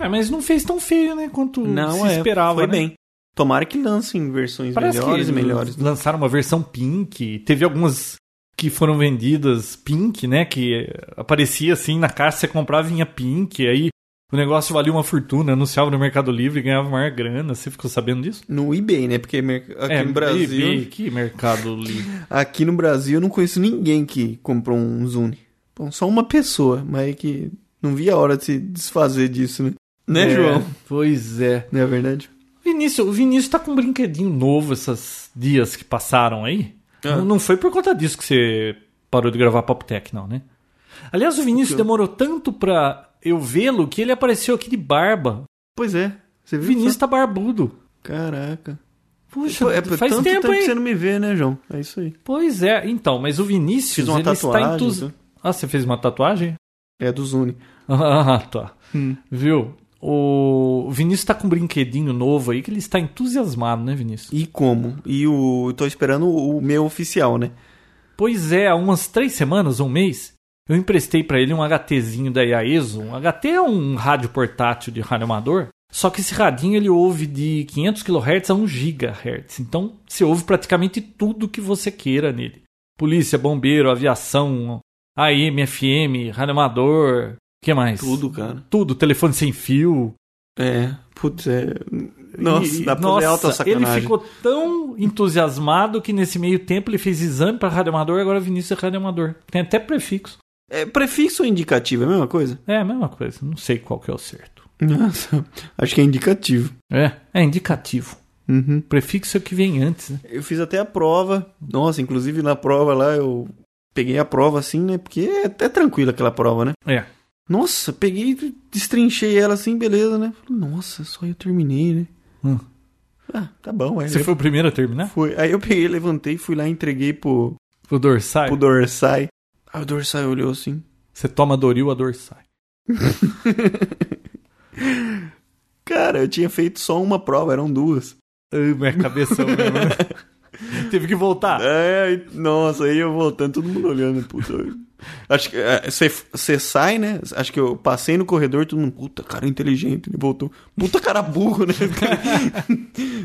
Speaker 2: É, mas não fez tão feio, né, quanto
Speaker 1: Não,
Speaker 2: se
Speaker 1: é,
Speaker 2: esperava,
Speaker 1: foi
Speaker 2: né?
Speaker 1: bem. Tomara que lancem versões
Speaker 2: Parece
Speaker 1: melhores
Speaker 2: que
Speaker 1: e melhores.
Speaker 2: lançaram uma versão pink, teve algumas que foram vendidas pink, né, que aparecia assim na caixa, você comprava e vinha pink, aí o negócio valia uma fortuna, anunciava no Mercado Livre e ganhava maior grana, você ficou sabendo disso?
Speaker 1: No eBay, né? Porque mer- aqui no Brasil,
Speaker 2: É, eBay, que Mercado Livre.
Speaker 1: aqui no Brasil eu não conheço ninguém que comprou um Zune. Bom, só uma pessoa, mas é que Não vi a hora de se desfazer disso, né? Né,
Speaker 2: É.
Speaker 1: João?
Speaker 2: Pois é.
Speaker 1: Não é verdade?
Speaker 2: Vinícius, o Vinícius tá com um brinquedinho novo esses dias que passaram aí.
Speaker 1: Ah.
Speaker 2: Não, não foi por conta disso que você parou de gravar Papo Tech, não, né? Aliás, o Vinícius
Speaker 1: quê?
Speaker 2: demorou tanto pra eu vê-lo que ele apareceu aqui de barba.
Speaker 1: Pois é. Você
Speaker 2: O
Speaker 1: viu?
Speaker 2: Vinícius tá barbudo.
Speaker 1: Caraca.
Speaker 2: Puxa,
Speaker 1: Pô, é,
Speaker 2: faz
Speaker 1: tanto
Speaker 2: tempo,
Speaker 1: que
Speaker 2: hein?
Speaker 1: você não me vê, né, João? É isso aí.
Speaker 2: Pois é, então, mas o Vinícius,
Speaker 1: Fiz uma
Speaker 2: ele está
Speaker 1: tatuagem.
Speaker 2: entusiasmado.
Speaker 1: tá?
Speaker 2: Ah, você fez uma tatuagem?
Speaker 1: É do Zune.
Speaker 2: Ah, tá. Viu? O Vinícius tá com um brinquedinho novo aí que ele está entusiasmado, né, Vinícius?
Speaker 1: E como? E o. eu Tô esperando o meu oficial, né?
Speaker 2: Pois é, há umas três semanas, um mês, eu emprestei pra ele um HTzinho da Iaeso. Um HT é um rádio portátil de rádio amador. Só que esse radinho ele ouve de 500 kHz a 1 GHz. Então você ouve praticamente tudo que você queira nele: polícia, bombeiro, aviação, AM, FM, rádio amador. O que mais?
Speaker 1: Tudo, cara.
Speaker 2: Tudo, telefone sem fio.
Speaker 1: É. Putz, é. Nossa,
Speaker 2: E-
Speaker 1: dá pra ver alta sacanagem.
Speaker 2: Ele ficou tão entusiasmado que nesse meio tempo ele fez exame para radioamador, agora Vinícius é radioamador. Tem até prefixo.
Speaker 1: É prefixo ou indicativo? É a mesma coisa?
Speaker 2: É a mesma coisa, não sei qual que é o certo.
Speaker 1: Nossa, acho que é indicativo.
Speaker 2: É, é indicativo.
Speaker 1: Uhum.
Speaker 2: Prefixo é o que vem antes, né?
Speaker 1: Eu fiz até a prova. Nossa, inclusive na prova lá eu peguei a prova assim, né? Porque é até tranquila aquela prova, né?
Speaker 2: É.
Speaker 1: Nossa, peguei, destrinchei ela assim, beleza, né? Falei, Nossa, só eu terminei, né?
Speaker 2: Hum.
Speaker 1: Ah, tá bom. Aí,
Speaker 2: Você
Speaker 1: eu-
Speaker 2: foi o primeiro a terminar?
Speaker 1: foi- aí eu peguei, levantei, fui lá e entreguei pro,
Speaker 2: O dorsai?
Speaker 1: pro Dorsai. Aí o Dorsai olhou assim.
Speaker 2: Você toma Doril, a dorsai.
Speaker 1: Cara, eu tinha feito só uma prova, eram duas.
Speaker 2: Ai, Ah, minha cabeça mesmo, né? Teve que voltar.
Speaker 1: É, aí- nossa, aí eu voltando, todo mundo olhando, puta. Acho que é, você sai, né? Acho que eu passei no corredor, todo mundo, puta, cara inteligente, ele voltou. Puta cara burro, né?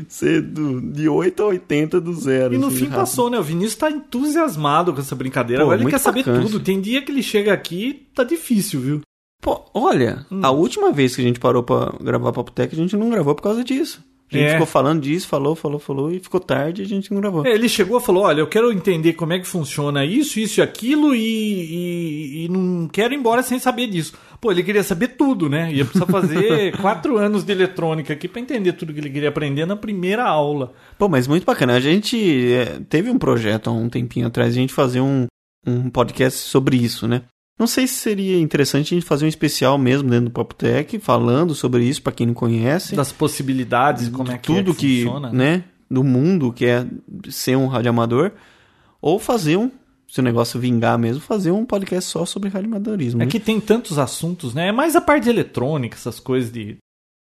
Speaker 1: Você é do- de 8 a 80 do zero.
Speaker 2: E no
Speaker 1: assim,
Speaker 2: fim
Speaker 1: rápido.
Speaker 2: passou, né? O Vinícius tá entusiasmado com essa brincadeira.
Speaker 1: Pô,
Speaker 2: Agora ele
Speaker 1: muito
Speaker 2: quer saber
Speaker 1: bacana.
Speaker 2: tudo. Tem dia que ele chega aqui e tá difícil, viu?
Speaker 1: Pô, olha,
Speaker 2: Hum.
Speaker 1: a última vez que a gente parou pra gravar Papo Tech, a gente não gravou por causa disso. A gente
Speaker 2: É.
Speaker 1: ficou falando disso, falou, falou, falou, e ficou tarde e a gente não gravou.
Speaker 2: É, ele chegou e falou: Olha, eu quero entender como é que funciona isso, isso e aquilo, e, e- e não quero ir embora sem saber disso. Pô, ele queria saber tudo, né? Ia precisar fazer quatro anos de eletrônica aqui pra entender tudo que ele queria aprender na primeira aula.
Speaker 1: Pô, mas muito bacana. A gente é, teve um projeto há um tempinho atrás, de a gente fazer um, um podcast sobre isso, né? Não sei se seria interessante a gente fazer um especial mesmo dentro do Papo Tech, falando sobre isso, pra quem não conhece.
Speaker 2: Das possibilidades, como é que,
Speaker 1: tudo
Speaker 2: é que funciona.
Speaker 1: né? Do mundo que é ser um radioamador. Ou fazer um, se o negócio vingar mesmo, fazer um podcast só sobre radioamadorismo.
Speaker 2: É
Speaker 1: né?
Speaker 2: que tem tantos assuntos, né? É mais a parte de eletrônica, essas coisas de,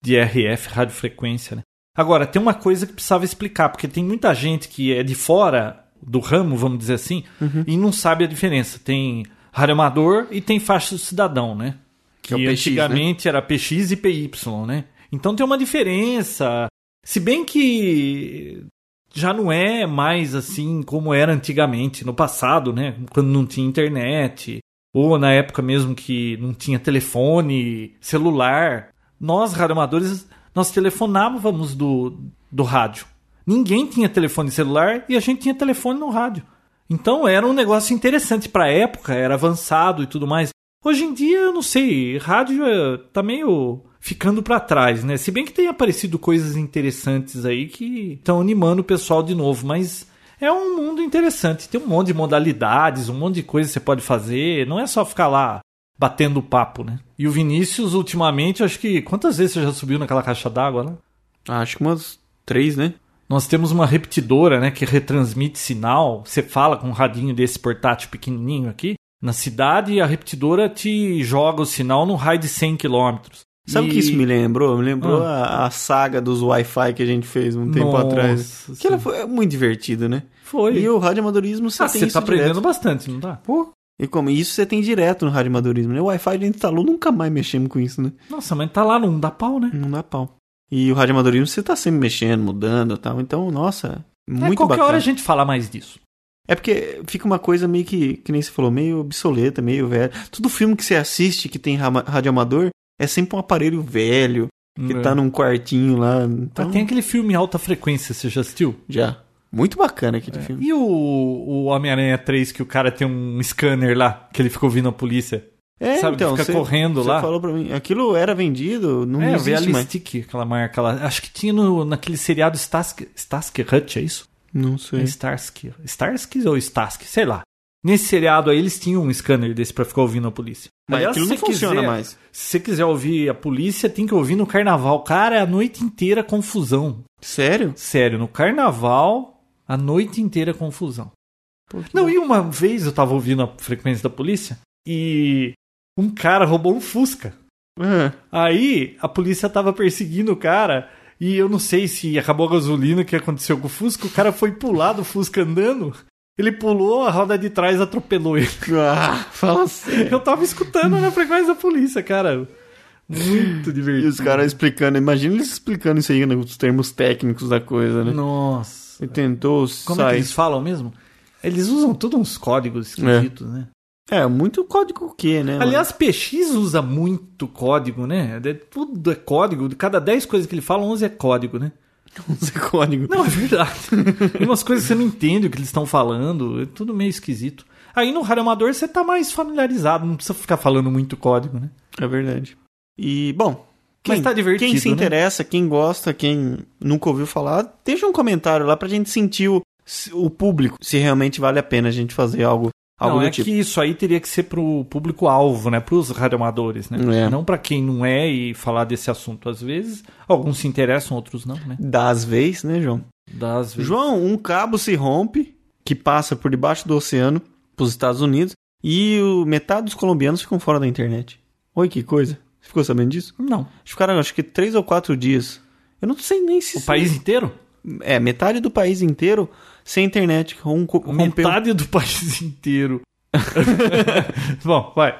Speaker 2: de RF, radiofrequência, né? Agora, tem uma coisa que precisava explicar, porque tem muita gente que é de fora do ramo, vamos dizer assim, e não sabe a diferença. Tem rádio amador e tem faixa do cidadão, né?
Speaker 1: Que é o
Speaker 2: E
Speaker 1: PX, né?
Speaker 2: antigamente era PX e PY, né? Então tem uma diferença. Se bem que já não é mais assim como era antigamente, no passado, né? Quando não tinha internet, ou na época mesmo que não tinha telefone, celular. Nós, radioamadores, nós telefonávamos do, do rádio. Ninguém tinha telefone celular e a gente tinha telefone no rádio. Então era um negócio interessante para a época, era avançado e tudo mais. Hoje em dia, eu não sei, rádio é, tá meio ficando pra trás, né? Se bem que tem aparecido coisas interessantes aí que estão animando o pessoal de novo, mas é um mundo interessante. Tem um monte de modalidades, um monte de coisa que você pode fazer, não é só ficar lá batendo papo, né? E o Vinícius, ultimamente, acho que. Quantas vezes você já subiu naquela caixa d'água né? lá?
Speaker 1: Ah, Acho que umas três, né?
Speaker 2: Nós temos uma repetidora, né, que retransmite sinal. Você fala com um radinho desse portátil pequenininho aqui na cidade e a repetidora te joga o sinal num raio de 100 km.
Speaker 1: Sabe o que isso me lembrou? Me lembrou
Speaker 2: Ah.
Speaker 1: a, a saga dos Wi-Fi que a gente fez um tempo atrás. Que ela
Speaker 2: foi.
Speaker 1: foi é muito divertido, né?
Speaker 2: foi.
Speaker 1: E o radioamadorismo você
Speaker 2: Ah,
Speaker 1: tem
Speaker 2: você
Speaker 1: isso
Speaker 2: tá aprendendo
Speaker 1: direto.
Speaker 2: bastante, não tá?
Speaker 1: Pô, e como isso você tem direto no radioamadorismo, né? O Wi-Fi a gente instalou, nunca mais mexemos com isso, né?
Speaker 2: Nossa, mas tá lá não dá pau, né?
Speaker 1: Não dá pau. E o radioamadorismo você tá sempre mexendo, mudando e tal. Então, nossa,
Speaker 2: É,
Speaker 1: muito
Speaker 2: qualquer
Speaker 1: bacana.
Speaker 2: hora a gente fala mais disso.
Speaker 1: É porque fica uma coisa meio que, que nem você falou, meio obsoleta, meio velha. Todo filme que você assiste que tem rama- radioamador é sempre um aparelho velho, que
Speaker 2: É.
Speaker 1: tá num quartinho lá.
Speaker 2: Ah,
Speaker 1: Então,
Speaker 2: tem aquele filme Alta Frequência, você já assistiu?
Speaker 1: já. Muito bacana
Speaker 2: É.
Speaker 1: aquele filme.
Speaker 2: E o, o Homem-Aranha 3 que o cara tem um scanner lá, que ele ficou vindo a polícia?
Speaker 1: É,
Speaker 2: Sabe,
Speaker 1: então,
Speaker 2: fica
Speaker 1: você-
Speaker 2: correndo
Speaker 1: você
Speaker 2: lá.
Speaker 1: falou pra mim, aquilo era vendido, não
Speaker 2: é,
Speaker 1: existe mais.
Speaker 2: Realistic, aquela marca lá. Acho que tinha no, naquele seriado Starsky, Starsky Hutch, é isso?
Speaker 1: Não
Speaker 2: É
Speaker 1: sei.
Speaker 2: Starsky. Starsky ou Starsky, sei lá. Nesse seriado aí eles tinham um scanner desse pra ficar ouvindo a polícia.
Speaker 1: Mas
Speaker 2: Aliás,
Speaker 1: aquilo
Speaker 2: se
Speaker 1: não
Speaker 2: você
Speaker 1: funciona
Speaker 2: quiser-
Speaker 1: mais.
Speaker 2: Se você quiser ouvir a polícia, tem que ouvir no carnaval. Cara, é a noite inteira confusão.
Speaker 1: Sério?
Speaker 2: Sério, no carnaval, a noite inteira confusão.
Speaker 1: Pô, que
Speaker 2: Não, e uma vez eu tava ouvindo a frequência da polícia e um cara roubou um Fusca.
Speaker 1: Ah,
Speaker 2: Aí a polícia tava perseguindo o cara e eu não sei se acabou a gasolina, o que aconteceu com o Fusca. O cara foi pular do Fusca andando. Ele pulou, a roda de trás atropelou ele.
Speaker 1: ah, fala sério.
Speaker 2: Eu tava escutando na frequência da polícia, cara. Muito
Speaker 1: E
Speaker 2: divertido.
Speaker 1: os caras explicando, imagina eles explicando isso aí, né, os termos técnicos da coisa, né?
Speaker 2: Nossa.
Speaker 1: Ele tentou
Speaker 2: Como é que
Speaker 1: sair.
Speaker 2: eles falam mesmo? Eles usam todos uns códigos esquisitos, né?
Speaker 1: É, muito código Q, né? mano?
Speaker 2: Aliás, PX usa muito código, né? É- Tudo é código. De cada 10 coisas que ele fala, 11 é código, né?
Speaker 1: Esse código.
Speaker 2: Não, é verdade. Tem umas coisas que você não entende o que eles estão falando. É tudo meio esquisito. Aí no Rádio Amador você tá mais familiarizado, não precisa ficar falando muito código, né?
Speaker 1: É verdade. E, bom. Quem,
Speaker 2: Mas tá divertido,
Speaker 1: quem se
Speaker 2: né?
Speaker 1: interessa, quem gosta, quem nunca ouviu falar, deixa um comentário lá pra gente sentir o, se- o público, se realmente vale a pena a gente fazer algo, algo
Speaker 2: não,
Speaker 1: do
Speaker 2: é
Speaker 1: tipo.
Speaker 2: que isso aí teria que ser pro público-alvo, né? Pros radioamadores, né?
Speaker 1: É.
Speaker 2: Não pra quem não é e falar desse assunto. Às vezes, alguns se interessam, outros não, né?
Speaker 1: Das vezes, né, João?
Speaker 2: Das vezes.
Speaker 1: João, um cabo se rompe que passa por debaixo do oceano pros Estados Unidos e o, metade dos colombianos ficam fora da internet. Oi, que coisa. Você ficou sabendo disso?
Speaker 2: Não.
Speaker 1: Acho que ficaram, acho que três ou quatro dias. Eu não sei nem se...
Speaker 2: O país inteiro?
Speaker 1: É, metade do país inteiro sem internet. Um, co- rompeu
Speaker 2: Metade do país inteiro. Bom, vai.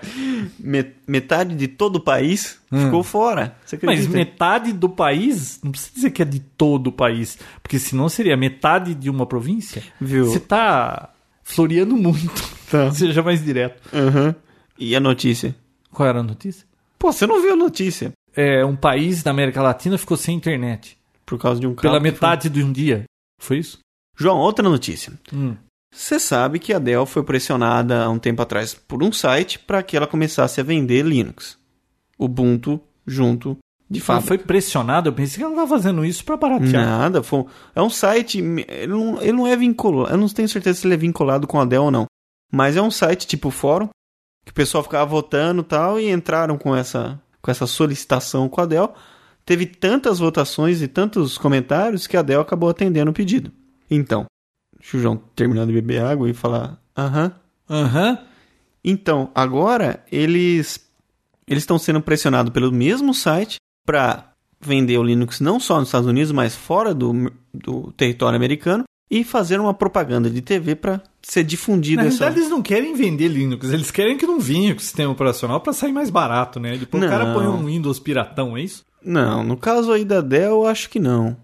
Speaker 1: me- metade de todo o país
Speaker 2: Hum.
Speaker 1: ficou fora. Você
Speaker 2: Mas
Speaker 1: acredita?
Speaker 2: metade do país, não precisa dizer que é de todo o país, porque senão seria metade de uma província.
Speaker 1: Viu?
Speaker 2: Você tá floreando muito.
Speaker 1: Tá.
Speaker 2: Seja mais direto.
Speaker 1: Aham. Uhum. E a notícia?
Speaker 2: Qual era a notícia?
Speaker 1: Pô, você não viu a notícia.
Speaker 2: É, um país da América Latina ficou sem internet.
Speaker 1: Por causa de um cabo.
Speaker 2: Pela
Speaker 1: que
Speaker 2: metade de um dia. Foi isso?
Speaker 1: foi- João, outra notícia.
Speaker 2: Hum.
Speaker 1: Você sabe que a Dell foi pressionada há um tempo atrás por um site para que ela começasse a vender Linux. Ubuntu junto de
Speaker 2: Ela
Speaker 1: fato.
Speaker 2: foi pressionada, eu pensei que ela tava fazendo isso pra baratear.
Speaker 1: Nada, foi, é um site, ele não, ele não é vinculado, eu não tenho certeza se ele é vinculado com a Dell ou não, mas é um site tipo fórum, que o pessoal ficava votando e tal, e entraram com essa, com essa solicitação com a Dell, teve tantas votações e tantos comentários que a Dell acabou atendendo o pedido. Então, deixa o João terminar de beber água e falar, aham,
Speaker 2: Aham.
Speaker 1: então, agora eles eles estão sendo pressionados pelo mesmo site para vender o Linux não só nos Estados Unidos, mas fora do, do território americano e fazer uma propaganda de TV para ser difundido
Speaker 2: Na
Speaker 1: essa.
Speaker 2: realidade, eles não querem vender Linux, eles querem que não vinha com o sistema operacional pra sair mais barato, né? Depois o cara
Speaker 1: Não.
Speaker 2: põe um Windows piratão, é isso?
Speaker 1: Não, no caso aí da Dell, eu acho que não.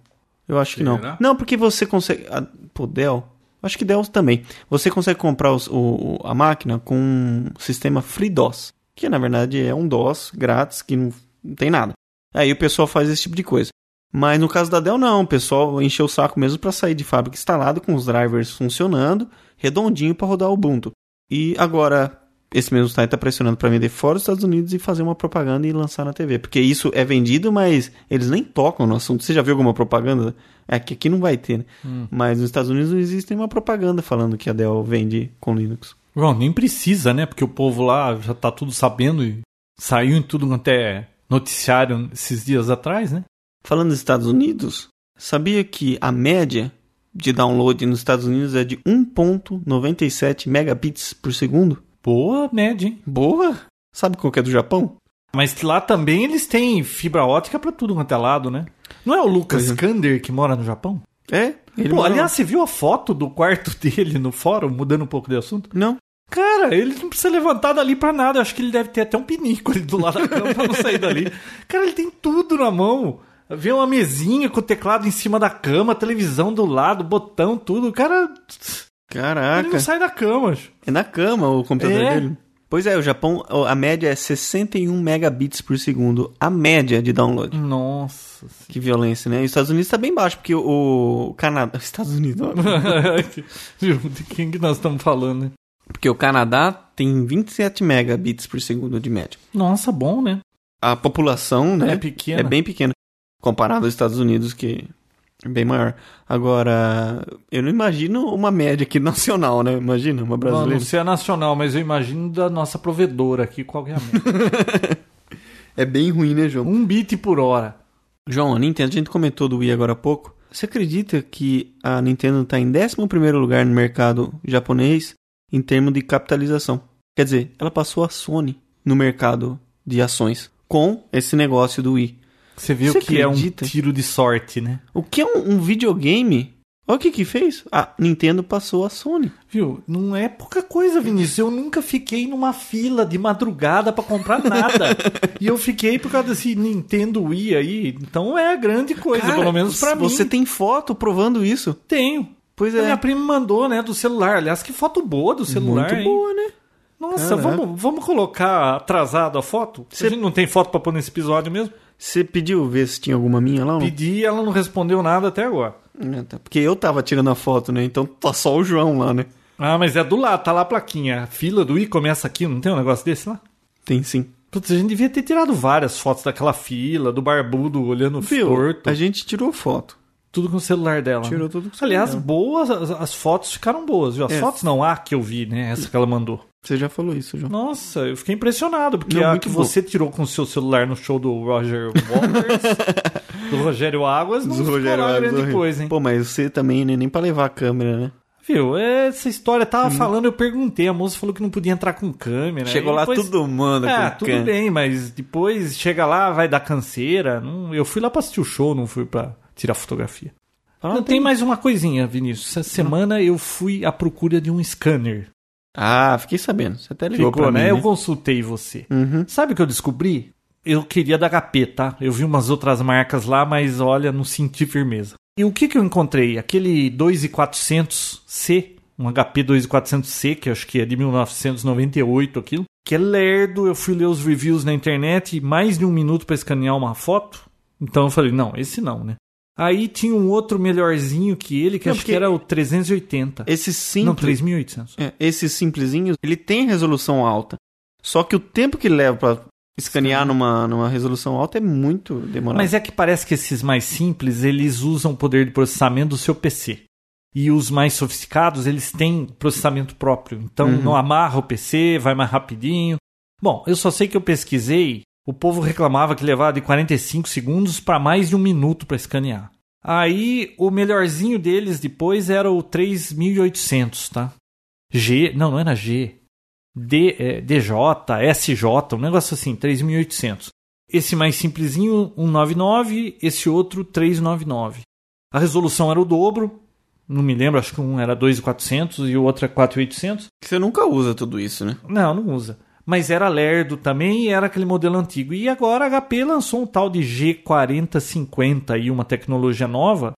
Speaker 1: Eu acho que não.
Speaker 2: Será?
Speaker 1: Não, porque você consegue. A, pô, Dell? Acho que Dell também. Você consegue comprar os- o, o- a máquina com um sistema FreeDOS, que na verdade é um DOS grátis que não, não tem nada. Aí o pessoal faz esse tipo de coisa. Mas no caso da Dell, não. O pessoal encheu o saco mesmo para sair de fábrica instalado, com os drivers funcionando, redondinho para rodar o Ubuntu. E agora, esse mesmo site está pressionando para vender fora dos Estados Unidos e fazer uma propaganda e lançar na TV. Porque isso é vendido, mas eles nem tocam no assunto. Você já viu alguma propaganda? É que aqui não vai ter, né? Mas nos Estados Unidos não existe nenhuma propaganda falando que a Dell vende com Linux.
Speaker 2: Bom, nem precisa, né? Porque o povo lá já tá tudo sabendo e saiu em tudo quanto é noticiário esses dias atrás, né?
Speaker 1: Falando dos Estados Unidos, sabia que a média de download nos Estados Unidos é de 1.97 megabits por segundo?
Speaker 2: Boa média, hein?
Speaker 1: Boa! Sabe qual que é do Japão?
Speaker 2: Mas lá também eles têm fibra ótica pra tudo quanto é lado, né? Não é o Lucas
Speaker 1: Pois é.
Speaker 2: Kander que mora no Japão?
Speaker 1: É? Ele
Speaker 2: Pô,
Speaker 1: mora lá.
Speaker 2: aliás, você viu a foto do quarto dele no fórum, mudando um pouco de assunto?
Speaker 1: Não.
Speaker 2: Cara, ele não precisa levantar dali pra nada. Eu acho que ele deve ter até um pinico ali do lado da cama pra não sair dali. Cara, ele tem tudo na mão. Vê uma mesinha com o teclado em cima da cama, televisão do lado, botão, tudo. O cara, ele
Speaker 1: Caraca.
Speaker 2: não sai da cama. acho.
Speaker 1: É na cama o computador
Speaker 2: É.
Speaker 1: dele. Pois é, o Japão, a média é 61 megabits por segundo, a média de download.
Speaker 2: Nossa.
Speaker 1: Que violência, né? E os Estados Unidos tá bem baixo, porque o Canadá. Estados Unidos. ó.
Speaker 2: Viu, De quem que nós estamos falando, né?
Speaker 1: Porque o Canadá tem 27 megabits por segundo de média.
Speaker 2: Nossa, bom, né?
Speaker 1: A população, né?
Speaker 2: É pequena.
Speaker 1: É bem pequena. Comparado aos Estados Unidos, que é bem maior. Agora, eu não imagino uma média aqui nacional, né? Imagina, uma
Speaker 2: Não,
Speaker 1: brasileira.
Speaker 2: não sei a nacional, mas eu imagino da nossa provedora aqui, qual que é a média?
Speaker 1: É bem ruim, né, João?
Speaker 2: um bit por hora.
Speaker 1: João, a Nintendo, a gente comentou do Wii agora há pouco. Você acredita que a Nintendo está em 11 lugar no mercado japonês em termos de capitalização? Quer dizer, ela passou a Sony no mercado de ações com esse negócio do Wii.
Speaker 2: Você viu
Speaker 1: Você
Speaker 2: que
Speaker 1: acredita?
Speaker 2: é um tiro de sorte, né?
Speaker 1: O que é um, um videogame? Olha o que que fez. A Nintendo passou a Sony.
Speaker 2: Viu? Não é pouca coisa, Vinícius. Eu nunca fiquei numa fila de madrugada pra comprar nada. e eu fiquei por causa desse Nintendo Wii aí. Então é grande coisa,
Speaker 1: Cara,
Speaker 2: pelo menos pra mim.
Speaker 1: Você tem foto provando isso?
Speaker 2: Tenho.
Speaker 1: Pois é.
Speaker 2: Minha prima me mandou, né, do celular. Aliás, que foto boa do celular,
Speaker 1: Muito
Speaker 2: hein?
Speaker 1: boa, né?
Speaker 2: Nossa,
Speaker 1: Caraca.
Speaker 2: vamos, vamos colocar atrasado a foto?
Speaker 1: Cê-
Speaker 2: A gente não tem foto pra pôr nesse episódio mesmo?
Speaker 1: Você pediu ver se tinha alguma minha lá? ou não?
Speaker 2: Pedi e ela não respondeu nada até agora.
Speaker 1: Ah, tá. Porque eu tava tirando a foto, né? Então tá só o João lá, né?
Speaker 2: Ah, mas é do lado, tá lá a plaquinha. A fila do I começa aqui, não tem um negócio desse lá?
Speaker 1: Tem sim.
Speaker 2: Putz, a gente devia ter tirado várias fotos daquela fila, do barbudo olhando
Speaker 1: Viu?
Speaker 2: torto.
Speaker 1: A gente tirou foto.
Speaker 2: Tudo com o celular dela.
Speaker 1: Tirou
Speaker 2: né?
Speaker 1: tudo com o celular
Speaker 2: Aliás,
Speaker 1: dela.
Speaker 2: boas, as, as fotos ficaram boas, viu? As
Speaker 1: É.
Speaker 2: fotos não, a que eu vi, né? Essa que ela mandou.
Speaker 1: Você já falou isso, João.
Speaker 2: Nossa, eu fiquei impressionado, porque
Speaker 1: Não,
Speaker 2: a
Speaker 1: muito
Speaker 2: que
Speaker 1: boa.
Speaker 2: você tirou com o seu celular no show do Roger Waters, do Rogério Águas, não
Speaker 1: Do
Speaker 2: ficou
Speaker 1: Rogério
Speaker 2: lá
Speaker 1: Alves,
Speaker 2: grande
Speaker 1: horrível.
Speaker 2: coisa, hein?
Speaker 1: Pô, mas você também, né? Nem pra levar a câmera, né?
Speaker 2: Viu? Essa história, tava falando, eu perguntei, a moça falou que não podia entrar com câmera.
Speaker 1: Uhum. Chegou
Speaker 2: Né? e
Speaker 1: lá
Speaker 2: depois-
Speaker 1: todo mundo
Speaker 2: Ah,
Speaker 1: com
Speaker 2: tudo
Speaker 1: câmera.
Speaker 2: bem, mas depois chega lá, vai dar canseira. Não- eu fui lá pra assistir o show, não fui pra tirar fotografia.
Speaker 1: Ah,
Speaker 2: não, tem mais uma coisinha, Vinícius. Essa semana eu fui à procura de um scanner.
Speaker 1: Ah, fiquei sabendo. Você até ligou
Speaker 2: Ficou,
Speaker 1: pra
Speaker 2: né?
Speaker 1: mim,
Speaker 2: Eu
Speaker 1: né?
Speaker 2: consultei você.
Speaker 1: Uhum.
Speaker 2: Sabe o que eu descobri? Eu queria da HP, tá? Eu vi umas outras marcas lá, mas olha, não senti firmeza. E o que, que eu encontrei? Aquele 2400C, um HP 2400C, que eu acho que é de 1998 aquilo, que é lerdo. Eu fui ler os reviews na internet e mais de um minuto pra escanear uma foto. Então eu falei, não, esse não, né? Aí tinha um outro melhorzinho que ele, que
Speaker 1: Não,
Speaker 2: acho que
Speaker 1: porque-
Speaker 2: era o 380.
Speaker 1: Esse
Speaker 2: Não,
Speaker 1: simples...
Speaker 2: 3800.
Speaker 1: é, esse simplesinho, ele tem resolução alta. Só que o tempo que leva pra escanear numa, numa resolução alta é muito demorado.
Speaker 2: Mas é que parece que esses mais simples, eles usam o poder de processamento do seu PC. E os mais sofisticados, eles têm processamento próprio. Então
Speaker 1: Uhum.
Speaker 2: não amarra o PC, vai mais rapidinho. Bom, eu só sei que eu pesquisei, o povo reclamava que levava de 45 segundos para mais de um minuto para escanear. Aí o melhorzinho deles depois era o 3800, tá? G, não, não era G. D, é, DJ, SJ, um negócio assim, 3800. Esse mais simplesinho, 199, esse outro, 399. A resolução era o dobro, não me lembro, acho que um era 2,400 e o outro é 4,800.
Speaker 1: Você nunca usa tudo isso, né?
Speaker 2: Não, não usa. Mas era lerdo também e era aquele modelo antigo. E agora a HP lançou um tal de G4050 e uma tecnologia nova,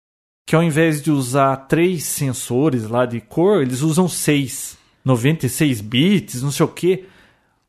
Speaker 2: que ao invés de usar três sensores lá de cor, eles usam seis. 96 bits, não sei o quê.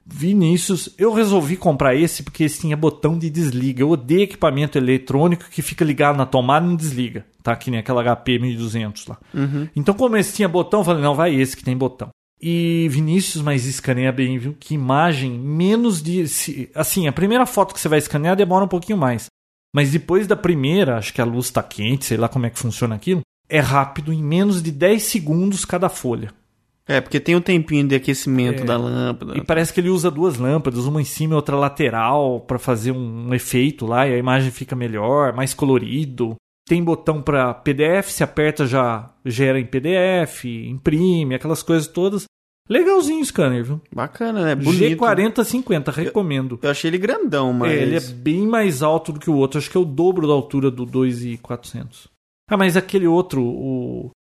Speaker 2: Vinícius, eu resolvi comprar esse porque esse tinha botão de desliga. Eu odeio equipamento eletrônico que fica ligado na tomada e não desliga. Tá que nem aquela HP 1200 lá.
Speaker 1: Uhum.
Speaker 2: Então, como esse tinha botão, eu falei, não, vai esse que tem botão. E Vinícius, mas escaneia bem, viu? Que imagem, menos de... se- Assim, a primeira foto que você vai escanear demora um pouquinho mais. Mas depois da primeira, acho que a luz tá quente, sei lá como é que funciona aquilo, é rápido, em menos de 10 segundos cada folha.
Speaker 1: É, porque tem o tempinho de aquecimento da lâmpada.
Speaker 2: É. E parece que ele usa duas lâmpadas, uma em cima e outra lateral, pra fazer um, um efeito lá e a imagem fica melhor, mais colorido. Tem botão pra PDF, se aperta já gera em PDF, imprime, aquelas coisas todas. Legalzinho o scanner, viu?
Speaker 1: Bacana, né? Bonito.
Speaker 2: G4050, recomendo.
Speaker 1: Eu achei ele grandão, mas...
Speaker 2: É, ele é bem mais alto do que o outro, acho que é o dobro da altura do 2,400. Ah, mas aquele outro, o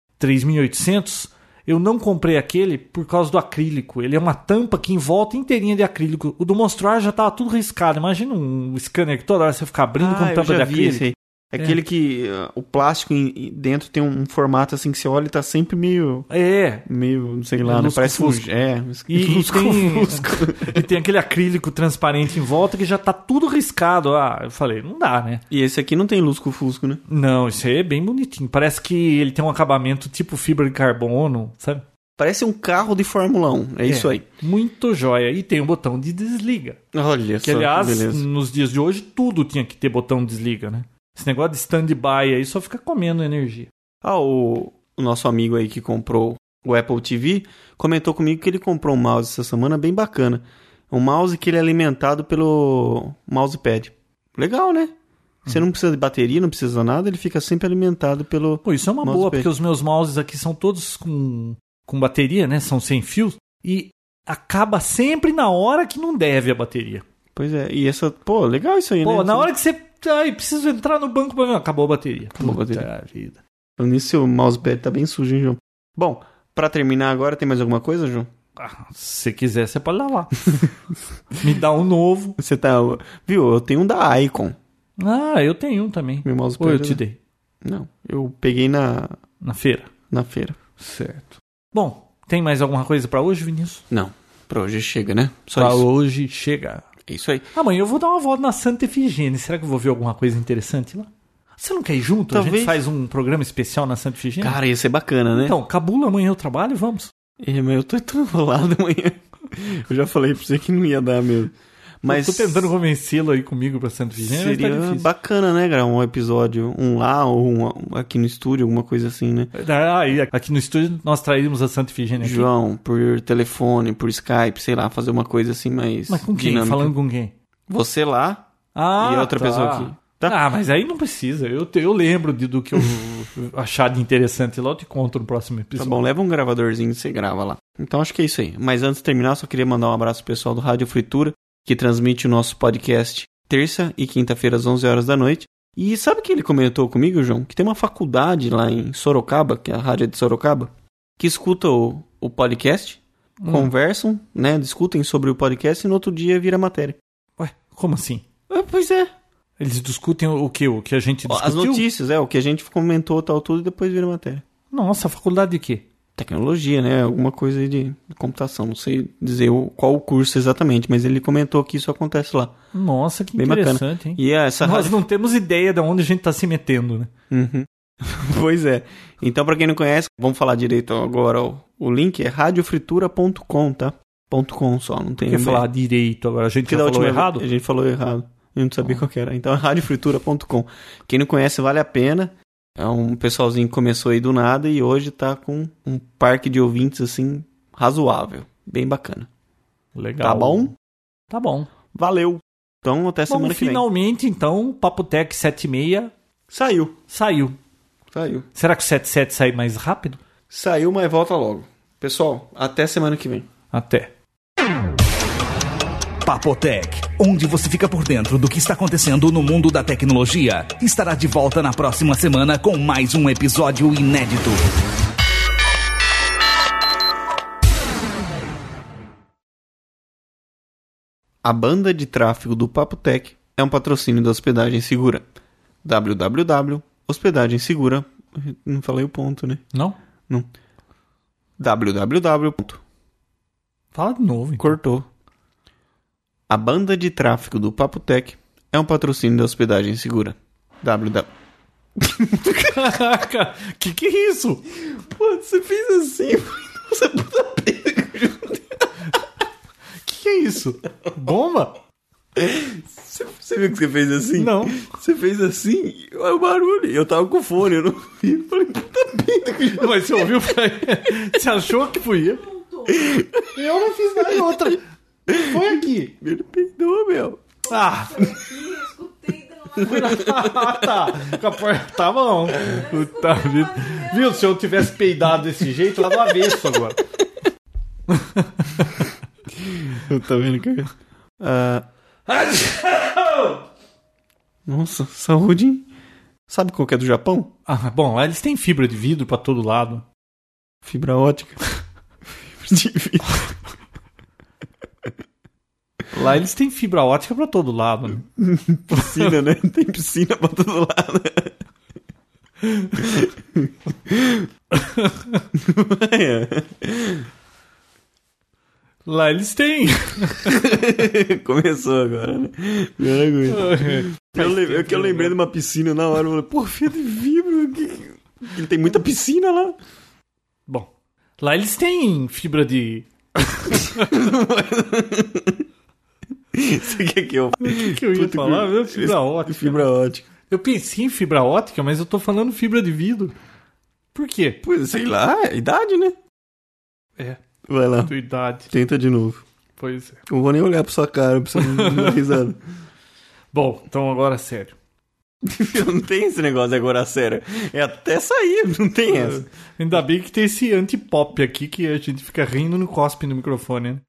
Speaker 2: 3800, eu não comprei aquele por causa do acrílico. Ele é uma tampa que em volta inteirinha de acrílico. O do Mostrar já tava tudo riscado. Imagina um scanner que toda hora você fica abrindo com
Speaker 1: Ah, eu
Speaker 2: tampa de
Speaker 1: já vi
Speaker 2: acrílico.
Speaker 1: esse aí. É aquele que ah, o plástico em- em- dentro tem um formato assim que você olha e tá sempre meio.
Speaker 2: É.
Speaker 1: meio. não sei lá, né?
Speaker 2: Lusco-fusco.
Speaker 1: Parece um. É,
Speaker 2: E, e, tem,
Speaker 1: lusco-fusco.
Speaker 2: e tem aquele acrílico transparente em volta que já tá tudo riscado. Ah, eu falei, não dá, né?
Speaker 1: E esse aqui não tem lusco-fusco, né?
Speaker 2: Não, isso aí é bem bonitinho. Parece que ele tem um acabamento tipo fibra de carbono, sabe?
Speaker 1: Parece um carro de Fórmula 1. É, isso aí.
Speaker 2: Muito joia. E tem o botão de desliga.
Speaker 1: Olha
Speaker 2: Que,
Speaker 1: só,
Speaker 2: aliás,
Speaker 1: que beleza.
Speaker 2: nos dias de hoje, tudo tinha que ter botão de desliga, né? Esse negócio de stand-by aí só fica comendo energia.
Speaker 1: Ah, o, o nosso amigo aí que comprou o Apple TV comentou comigo que ele comprou um mouse essa semana bem bacana. Um mouse que ele é alimentado pelo mousepad. Legal, né? Você
Speaker 2: Uhum.
Speaker 1: não precisa de bateria, não precisa de nada, ele fica sempre alimentado pelo.
Speaker 2: Pô, isso é uma
Speaker 1: Mouse
Speaker 2: boa,
Speaker 1: bem.
Speaker 2: porque os meus mouses aqui são todos com, com bateria, né? São sem fios. E acaba sempre na hora que não deve a bateria.
Speaker 1: Pois é, e essa. Pô, legal isso aí, né?
Speaker 2: Pô, na
Speaker 1: Você-
Speaker 2: hora que você. Ai, preciso entrar no banco. mas não, Acabou a bateria.
Speaker 1: Acabou a
Speaker 2: Puta
Speaker 1: bateria.
Speaker 2: vida.
Speaker 1: Falando nisso, seu mousepad tá bem sujo, hein, João? Bom, pra terminar agora, tem mais alguma coisa, João?
Speaker 2: Ah, se você quiser, você pode lavar. Me dá um novo.
Speaker 1: Você tá. Viu? Eu tenho um da Icon,
Speaker 2: Ah, eu tenho um também.
Speaker 1: meu mousepad. né?
Speaker 2: Ou eu te dei.
Speaker 1: Não, eu peguei na,
Speaker 2: Na feira.
Speaker 1: na feira.
Speaker 2: Certo. Bom, tem mais alguma coisa pra hoje, Vinícius?
Speaker 1: Não, pra hoje chega, né? Só
Speaker 2: Pra
Speaker 1: isso.
Speaker 2: hoje chega.
Speaker 1: É isso aí.
Speaker 2: Amanhã eu vou dar uma volta na Santa Efigênia. Será que eu vou ver alguma coisa interessante lá? Você não quer ir junto? A
Speaker 1: Talvez.
Speaker 2: gente faz um programa especial na Santa Efigênia?
Speaker 1: Cara, ia ser bacana, né?
Speaker 2: Então, cabula amanhã eu trabalho, vamos.
Speaker 1: É, mas eu tô tão enrolado amanhã. Eu já falei pra você que não ia dar mesmo. Mas
Speaker 2: Eu tô tentando convencê-lo aí comigo pra Santa Efigênia, mas tá
Speaker 1: seria
Speaker 2: difícil.
Speaker 1: bacana, né, cara? Um episódio, um lá ou um aqui no estúdio, alguma coisa assim, né?
Speaker 2: Ah, e aqui no estúdio nós traímos a Santa Efigênia. aqui.
Speaker 1: João, por telefone, por Skype, sei lá, fazer uma coisa assim mais.
Speaker 2: Mas com quem?
Speaker 1: dinâmica.
Speaker 2: Falando com quem?
Speaker 1: Você lá
Speaker 2: Ah,
Speaker 1: e a outra
Speaker 2: tá.
Speaker 1: pessoa aqui. Tá?
Speaker 2: Ah, mas aí não precisa. Eu, te- eu lembro de, do que eu achar de interessante lá. Eu te conto no próximo
Speaker 1: Tá
Speaker 2: episódio.
Speaker 1: bom, leva um gravadorzinho e você grava lá. Então acho que é isso aí. Mas antes de terminar, só queria mandar um abraço pro pessoal do Rádio Fritura, que transmite o nosso podcast terça e quinta-feira às 11 horas da noite. E sabe o que ele comentou comigo, João? Que tem uma faculdade lá em Sorocaba, que é a rádio é de Sorocaba, que escuta o, o podcast,
Speaker 2: Hum.
Speaker 1: conversam, né, discutem sobre o podcast e no outro dia vira matéria.
Speaker 2: Ué, como assim?
Speaker 1: Ah, pois é,
Speaker 2: Eles discutem o que? O que a gente discutiu?
Speaker 1: as notícias, é, o que a gente comentou, tal, tudo, e depois vira matéria.
Speaker 2: Nossa, faculdade de quê?
Speaker 1: tecnologia, né? Alguma coisa aí de computação. Não sei dizer o- qual o curso exatamente, mas ele comentou que isso acontece lá.
Speaker 2: Nossa, que
Speaker 1: Bem
Speaker 2: interessante, hein?
Speaker 1: E é tá essa
Speaker 2: Nós
Speaker 1: rádio...
Speaker 2: não temos ideia de onde a gente tá se metendo, né?
Speaker 1: Uhum. pois é. Então, pra quem não conhece, vamos falar direito agora. O, o link é radiofritura.com, tá? Ponto .com só, não tem...
Speaker 2: Quer
Speaker 1: um-
Speaker 2: falar direito agora? A gente
Speaker 1: Porque
Speaker 2: já
Speaker 1: da
Speaker 2: falou
Speaker 1: última
Speaker 2: errado? Ah.
Speaker 1: vez a gente falou errado. Eu não sabia qual que era. Então é radiofritura.com. Quem não conhece, vale a pena. É um pessoalzinho que começou aí do nada e hoje tá com um parque de ouvintes, assim, razoável. Bem bacana.
Speaker 2: Legal.
Speaker 1: Tá bom?
Speaker 2: Tá bom.
Speaker 1: Valeu. Então até
Speaker 2: Bom,
Speaker 1: semana que vem.
Speaker 2: finalmente, então, Papo Tech 76
Speaker 1: Saiu.
Speaker 2: saiu.
Speaker 1: Saiu.
Speaker 2: Será que o 77 sai mais rápido?
Speaker 1: Saiu, mas volta logo. Pessoal, até semana que vem.
Speaker 2: Até.
Speaker 3: Papotec, onde você fica por dentro do que está acontecendo no mundo da tecnologia, estará de volta na próxima semana com mais um episódio inédito.
Speaker 1: A banda de tráfego do Papo Tech é um patrocínio da Hospedagem Segura. www.hospedagem-segura. Não falei o ponto, né?
Speaker 2: Não?
Speaker 1: Não. www.
Speaker 2: Fala de novo. então.
Speaker 1: Cortou. A banda de tráfego do Papo Tech é um patrocínio da Hospedagem Segura. www.
Speaker 2: Caraca, que que é isso?
Speaker 1: Pô, você fez assim, você puta
Speaker 2: Que que é isso? Bomba?
Speaker 1: Você, você viu que você fez assim?
Speaker 2: Não.
Speaker 1: Você fez assim, olha o barulho. Eu tava com fone, eu não vi. Eu Falei, tá puta pinta que
Speaker 2: Mas você ouviu? Você achou que fui eu? Eu não fiz nada outra. Foi aqui.
Speaker 1: Ele peidou, meu.
Speaker 2: Ah,
Speaker 4: Eu escutei do
Speaker 2: tá. Capaz- Tá bom. Puta vida. Viu? Se eu tivesse peidado desse jeito, lá do avesso agora.
Speaker 1: Eu tá vendo que. Ah, nossa, saúde, hein? Sabe qual que é do Japão?
Speaker 2: Ah, bom, lá eles têm fibra de vidro pra todo lado.
Speaker 1: Fibra ótica. Fibra de vidro.
Speaker 2: Lá eles têm fibra ótica pra todo lado. né?
Speaker 1: piscina, né? Tem piscina pra todo lado.
Speaker 2: Lá eles têm.
Speaker 1: É, Começou agora, né? Agora aguenta. Eu, lem- é que eu lembrei de uma piscina na hora. Eu falei, pô, fia de vidro. que- que- Ele tem muita piscina lá.
Speaker 2: Bom, Lá eles têm fibra de.
Speaker 1: Você quer que eu
Speaker 2: O que, que eu ia
Speaker 1: Puta,
Speaker 2: falar?
Speaker 1: que-
Speaker 2: Fibra ótica.
Speaker 1: Fibra ótica.
Speaker 2: Eu pensei em fibra ótica, mas eu tô falando fibra de vidro. Por quê?
Speaker 1: Pois, sei lá, é idade, né?
Speaker 2: É,
Speaker 1: Vai lá,
Speaker 2: tua idade.
Speaker 1: tenta de novo.
Speaker 2: Pois é.
Speaker 1: Eu Não vou nem olhar pra sua cara pra você não dar risada.
Speaker 2: Bom, então agora sério.
Speaker 1: Não tem esse negócio agora, a sério. É até sair, não tem essa.
Speaker 2: Ainda bem que tem esse anti-pop aqui que a gente fica rindo no cospe no microfone. né?